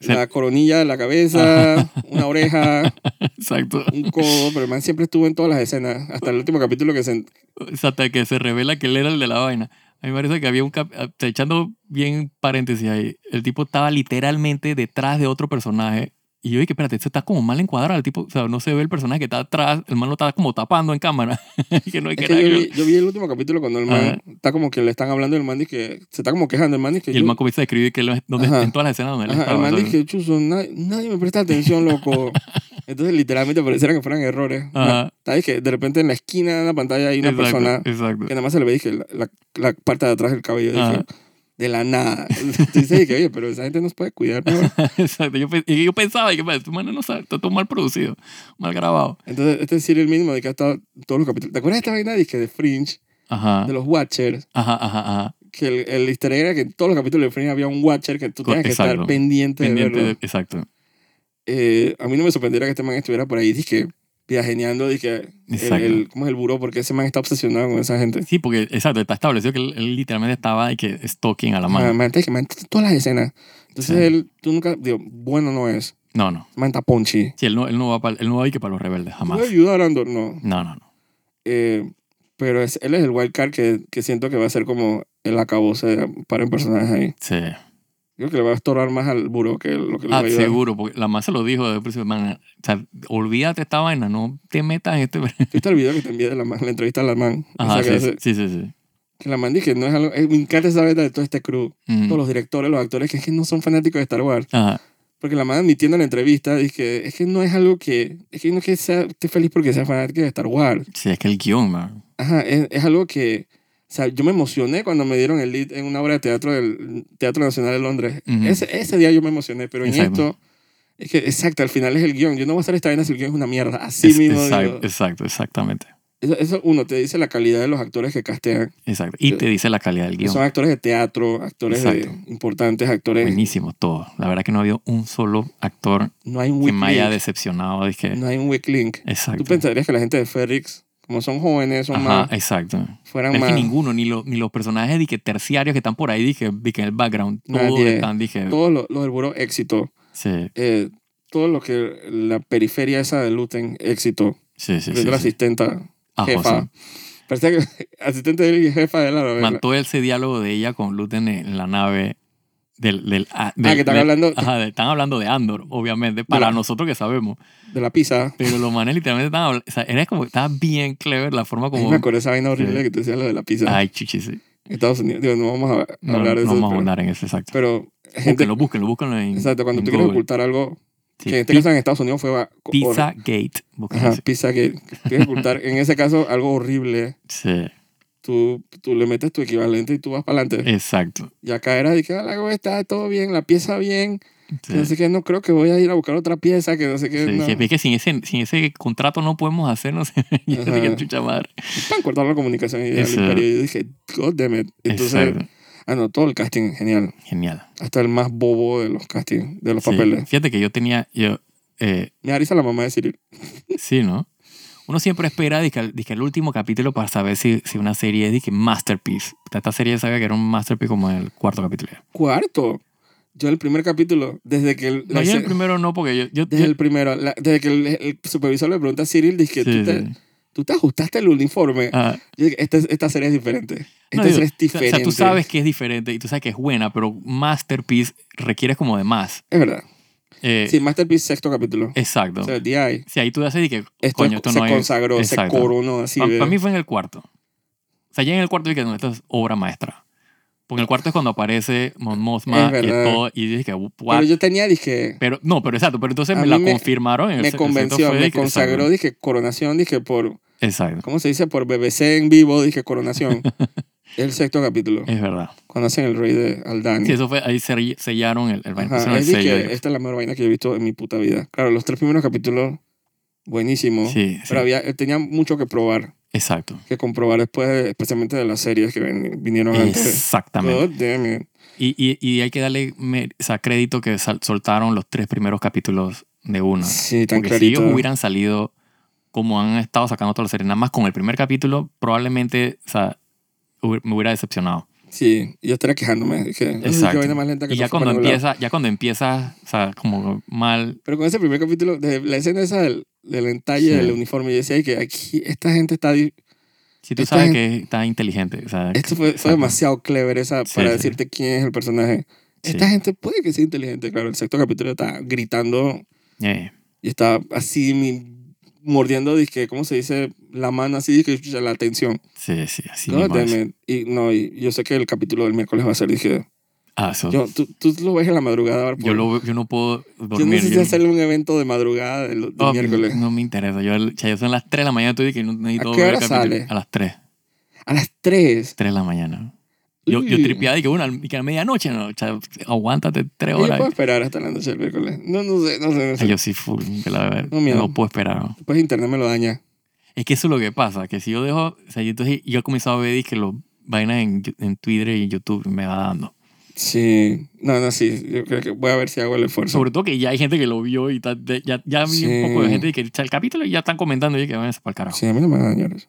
S2: Sí.
S1: la coronilla de la cabeza, una oreja,
S2: Exacto.
S1: un codo, pero el man siempre estuvo en todas las escenas, hasta el último capítulo que se...
S2: O sea, hasta que se revela que él era el de la vaina. A mí me parece que había un... cap- te- Echando bien paréntesis ahí, el tipo estaba literalmente detrás de otro personaje. Y yo dije, espérate, esto está como mal encuadrado. El tipo, o sea, no se ve el personaje que está atrás. El man lo está como tapando en cámara. que no es que
S1: Es que
S2: era
S1: yo,
S2: yo.
S1: vi, yo vi el último capítulo cuando el man está como que le están hablando el man y que se está como quejando el man y que
S2: Y el
S1: yo-
S2: man comienza a escribir que él- donde,
S1: Ajá.
S2: en todas las escenas donde él
S1: Ajá, el
S2: estaba.
S1: man
S2: ¿sabes?
S1: dije, chuzo, na- nadie, me presta atención, loco. Entonces, literalmente pareciera que fueran errores.
S2: Ajá.
S1: ¿Sabes que De repente en la esquina de la pantalla hay una
S2: Exacto,
S1: persona
S2: Exacto.
S1: que nada más se le ve dije, la, la- la parte de atrás del cabello. dije,
S2: Ajá.
S1: de la nada. Tú dices, dije, oye, pero esa gente nos puede cuidar, ¿no?
S2: Exacto. Yo, pe- y yo pensaba, y que "Man, este man no sabe, está todo mal producido, mal grabado.
S1: Entonces, este es el mínimo de que ha estado todos los capítulos. ¿Te acuerdas de esta vaina dije, de Fringe,
S2: Ajá.
S1: de los Watchers?
S2: Ajá, ajá, ajá.
S1: Que el, el easter egg era que en todos los capítulos de Fringe había un Watcher que tú
S2: Co-
S1: tenías que estar
S2: exacto.
S1: pendiente, de
S2: Pendiente
S1: verlo.
S2: de- exacto.
S1: eh, a mí no me sorprendiera que este man estuviera por ahí, dije, viajeneando, dije, el,
S2: Exacto.
S1: el- ¿cómo es el buró? Porque ese man está obsesionado con esa gente.
S2: Sí, porque exacto, está establecido que él, él literalmente estaba y que stalking a la mano.
S1: Ah, man, te dije, man, todas las escenas. Entonces
S2: Sí.
S1: él, tú nunca, digo, bueno no es.
S2: No, no.
S1: Man está ponchi.
S2: Sí, él no, él no va para, él no va a ir que para los rebeldes,
S1: ¿Tú
S2: jamás.
S1: me ayudar, Andor? No.
S2: No, no, no.
S1: Eh, pero es, él es el wild card que, que siento que va a ser como el acabose para un personaje ahí.
S2: Sí.
S1: Yo creo que le va a estorbar más al buró que lo que le va
S2: Ah,
S1: a ayudar.
S2: seguro, porque la más se lo dijo desde el principio, man, o sea, olvídate esta vaina, no te metas en este...
S1: ¿Viste el video que te envié de la, man, la entrevista a la man?
S2: Ajá,
S1: Esa que,
S2: sí,
S1: hace-
S2: sí, sí, sí.
S1: que la man dije, no es algo... eh, Me encanta esa vez de todo este crew.
S2: Mm.
S1: Todos los directores, los actores que es que no son fanáticos de Star Wars.
S2: Ajá.
S1: Porque la madre admitiendo en la entrevista, dice que es que no es algo que. Es que no es que sea, esté feliz porque sea fanático de Star Wars.
S2: Sí, es que el guión, man.
S1: Ajá, es, es algo que. O sea, yo me emocioné cuando me dieron el lead en una obra de teatro del Teatro Nacional de Londres.
S2: Ujú.
S1: ese, ese día yo me emocioné, pero en
S2: Exacto.
S1: esto. Es que, exacto, al final es el guión. Yo no voy a hacer esta vaina si el guión es una mierda. Así
S2: Es-
S1: mismo.
S2: exacto,
S1: digo.
S2: exacto, exactamente.
S1: Eso, eso, uno, te dice la calidad de los actores que castean.
S2: Exacto. Y te dice la calidad del
S1: Que
S2: guión.
S1: son actores de teatro, actores de-
S2: Exacto.
S1: importantes, actores.
S2: Buenísimo todo. La verdad que no ha habido un solo actor
S1: No hay un
S2: que
S1: weak
S2: me haya
S1: link.
S2: decepcionado. Dije,
S1: No hay un weak link. Tú
S2: exacto.
S1: pensarías que la gente de Ferrix, como son jóvenes, son
S2: Ajá,
S1: más,
S2: exacto.
S1: fueran
S2: Pero es
S1: más.
S2: que ninguno, ni, lo- ni los personajes dije, terciarios que están por ahí, dije, dije, en el background, todos
S1: Nadie.
S2: están, dije,
S1: Todos los, los del buró, éxito.
S2: sí,
S1: Eh, todo lo que la periferia esa de Luten, éxito.
S2: sí, sí.
S1: Yo
S2: sí,
S1: era
S2: sí.
S1: asistenta,
S2: Ah,
S1: Pues jefa.
S2: José.
S1: Parecía que asistente de él y jefa de él a la vez.
S2: Man, todo ese diálogo de ella con Luten en la nave del... del, ah, del-
S1: ah, que están
S2: del-
S1: hablando
S2: Ajá, de- están hablando de Andor, obviamente, para
S1: la-
S2: nosotros que sabemos.
S1: de la pizza.
S2: Pero los manes literalmente estaban hablando... O sea, era como... Estaba bien clever la forma
S1: Ahí
S2: como...
S1: me acuerdo esa vaina horrible
S2: Sí.
S1: que tú decías, lo de la pizza.
S2: Ay, chichi, sí.
S1: Estados Unidos. Digo, no vamos a
S2: No,
S1: hablar de
S2: no
S1: eso.
S2: vamos a
S1: pero-
S2: ahondar en eso, exacto.
S1: pero, gente.
S2: Búsquenlo, búsquenlo, búsquenlo en
S1: Exacto, cuando
S2: en
S1: tú quieres
S2: Google.
S1: ocultar algo,
S2: Sí,
S1: que en este
S2: Pi-
S1: caso en Estados Unidos fue. va-
S2: Pizza Gate. búsquenlo
S1: Ajá,
S2: así.
S1: pizza que quieres ocultar. en ese caso, algo horrible.
S2: Sí,
S1: tú, tú le metes tu equivalente y tú vas para
S2: Eh.
S1: adelante.
S2: exacto.
S1: Y acá era de que, "Hola, ¿cómo está? Todo bien, la pieza bien. que
S2: Sí.
S1: No sé qué, no creo que voy a ir a buscar otra pieza, que no sé qué.
S2: Eh. Sí,
S1: no.
S2: dije, es que sin ese, sin ese contrato no podemos hacer, no sé. Y yo dije,
S1: Ajá.
S2: chucha madre.
S1: Pan cortaron la comunicación y el
S2: Eso.
S1: imperio. Y yo dije, God damn it. Entonces,
S2: Exacto.
S1: ah, no, todo el casting, genial.
S2: Genial.
S1: Hasta el más bobo de los castings, de los
S2: Sí.
S1: papeles.
S2: Fíjate que yo tenía, yo, eh,
S1: Me avisa la mamá de Cyril.
S2: sí, ¿no? Uno siempre espera dizque, al- dizque el último capítulo para saber si, si una serie es dizque, masterpiece. Esta serie sabía que era un masterpiece como en el cuarto capítulo.
S1: Cuarto. Yo el primer capítulo, desde que... el-
S2: No, yo
S1: la-
S2: el primero no, porque yo... yo-
S1: desde
S2: yo-
S1: el primero, la- desde que el, el supervisor le pregunta a Cyril, dije,
S2: sí,
S1: ¿tú, te,
S2: sí.
S1: tú te ajustaste el uniforme.
S2: Ah,
S1: Yo dije, "Esta- esta serie es diferente. Esta
S2: no, digo,
S1: serie es
S2: o sea,
S1: diferente.
S2: O sea, tú sabes que es diferente y tú sabes que es buena, pero masterpiece requiere como de más.
S1: Es verdad.
S2: Eh,
S1: Sí, Masterpiece, sexto capítulo.
S2: Exacto.
S1: O sea, DI.
S2: si ahí tú haces dizque,
S1: Esto
S2: coño,
S1: es-
S2: esto
S1: se
S2: no es...
S1: consagró,
S2: exacto.
S1: se coronó así.
S2: Para
S1: de-
S2: mí fue en el cuarto. O sea, ya en el cuarto dije, no, esto es obra maestra. Porque en el cuarto es cuando aparece Mon Mothma
S1: Es
S2: y
S1: verdad.
S2: todo. Y yo dije,
S1: pero
S2: what?
S1: yo tenía, dije,
S2: Pero, no, pero exacto. Pero entonces
S1: A
S2: me
S1: mí
S2: la
S1: me-
S2: confirmaron. en el
S1: me
S2: se-
S1: convenció,
S2: exacto, fue
S1: me
S2: de que-
S1: consagró, dije, coronación, dije, por,
S2: Exacto, exacto,
S1: ¿cómo se dice? Por BBC en vivo, dije, coronación. el sexto capítulo,
S2: es verdad.
S1: cuando hacen el rey de Aldani.
S2: Eh. Sí, eso fue, ahí se- sellaron el, el, pusieron
S1: Ajá,
S2: el
S1: es
S2: sello.
S1: dije,
S2: dije.
S1: esta es la mejor vaina que yo he visto en mi puta vida. Claro, los tres primeros capítulos, buenísimo.
S2: Sí, sí.
S1: Pero había, tenía mucho que probar.
S2: Exacto.
S1: que comprobar después, especialmente de las series que ven- vinieron antes.
S2: Exactamente.
S1: God damn it.
S2: Y, y- y hay que darle mer- o sea, crédito que sal- soltaron los tres primeros capítulos de una.
S1: Sí, tan
S2: Porque
S1: clarito.
S2: si ellos hubieran salido como han estado sacando todas las series, nada más con el primer capítulo, probablemente o sea, hubi- me hubiera decepcionado.
S1: Sí, yo estaría quejándome. Que, Exacto.
S2: Exacto.
S1: más lenta que
S2: Y ya
S1: no fue para
S2: cuando,
S1: ningún lado".
S2: empieza, ya cuando empieza, o sea, como mal,
S1: Pero con ese primer capítulo, de la escena esa del, del entalle
S2: Sí.
S1: del uniforme, yo decía "Ay, que aquí esta gente está... di-
S2: si tú
S1: Esta
S2: sabes
S1: gen-
S2: que está inteligente, o sea,
S1: Esto fue, fue
S2: Exacto.
S1: demasiado clever esa
S2: Sí,
S1: para
S2: sí.
S1: decirte quién es el personaje.
S2: Sí.
S1: Esta gente puede que sea inteligente, claro. El sexto capítulo está gritando
S2: eh,
S1: y está así mi- mordiendo, disque, ¿cómo se dice? La mano así, disque, chucha, la atención.
S2: sí, sí, así
S1: God
S2: mismo es.
S1: damn it. Y no, y yo sé que el capítulo del miércoles va a ser, dije,
S2: Ah, eso- yo,
S1: yo, tú, tú lo ves en la madrugada. ahora, por-
S2: lo- yo no puedo
S1: yo
S2: dormir. Ah,
S1: necesito
S2: yo-
S1: hacerle un evento de madrugada del, del
S2: no,
S1: miércoles.
S2: no me interesa. Yo, el- ya son las 3 de la mañana, tú dices que no necesito
S1: ¿A qué
S2: ver el
S1: hora
S2: capítulo.
S1: sale?
S2: A las 3.
S1: A las 3.
S2: 3 de la mañana. Yo, yo tripeada y que, bueno, y que a medianoche, no, o sea, aguántate 3
S1: Yo
S2: horas.
S1: puedo esperar hasta la noche del miércoles. No, no sé, no sé, no
S2: Ay,
S1: sé.
S2: yo sí, full, que la verdad,
S1: No,
S2: no,
S1: mira.
S2: puedo esperar. ¿no?
S1: Después internet me lo daña.
S2: Es que eso es lo que pasa, que si yo dejo, o sea, yo, entonces, yo he comenzado a ver que los vainas en, en Twitter y en YouTube me va dando.
S1: Sí. No, no, sí. Yo creo que voy a ver si hago el esfuerzo.
S2: Sobre todo que ya hay gente que lo vio y tal, de- ya, ya vi
S1: Sí.
S2: un poco de gente que echa el capítulo y ya están comentando y que van a para el carajo. Sí.
S1: Sí, a mí no me daña eso.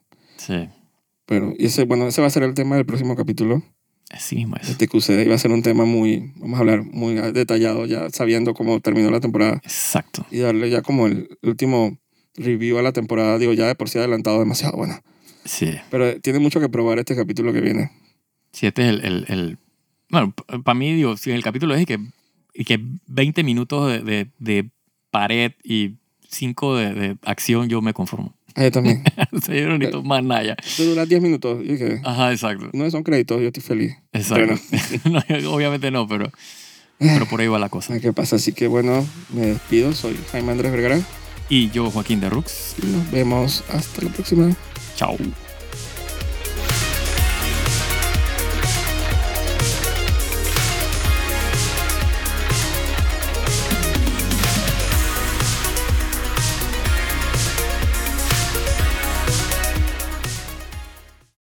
S1: Pero y ese, bueno, ese va a ser el tema del próximo capítulo.
S2: así mismo es.
S1: Este QCD y va a ser un tema muy, vamos a hablar muy detallado ya sabiendo cómo terminó la temporada
S2: Exacto.
S1: y darle ya como el último review a la temporada. Digo, ya de por sí adelantado demasiado, bueno.
S2: Sí.
S1: Pero tiene mucho que probar este capítulo que viene.
S2: Sí, este es el... el- el- bueno, para mí, digo, si el capítulo es y que, y que 20 minutos de, de- de pared y 5 de, de acción, yo me conformo.
S1: Ah, yo también.
S2: O sea, yo no necesito más nada ya.
S1: Esto dura 10 minutos. Yo dije,
S2: Ajá, exacto.
S1: no son créditos, yo estoy feliz.
S2: Exacto. No, obviamente no, pero, pero por ahí va la cosa.
S1: ¿Sabes qué pasa? Así que bueno, me despido. Soy Jaime Andrés Vergara.
S2: Y yo, Joaquín de Rux.
S1: Y nos vemos hasta la próxima.
S2: Chao.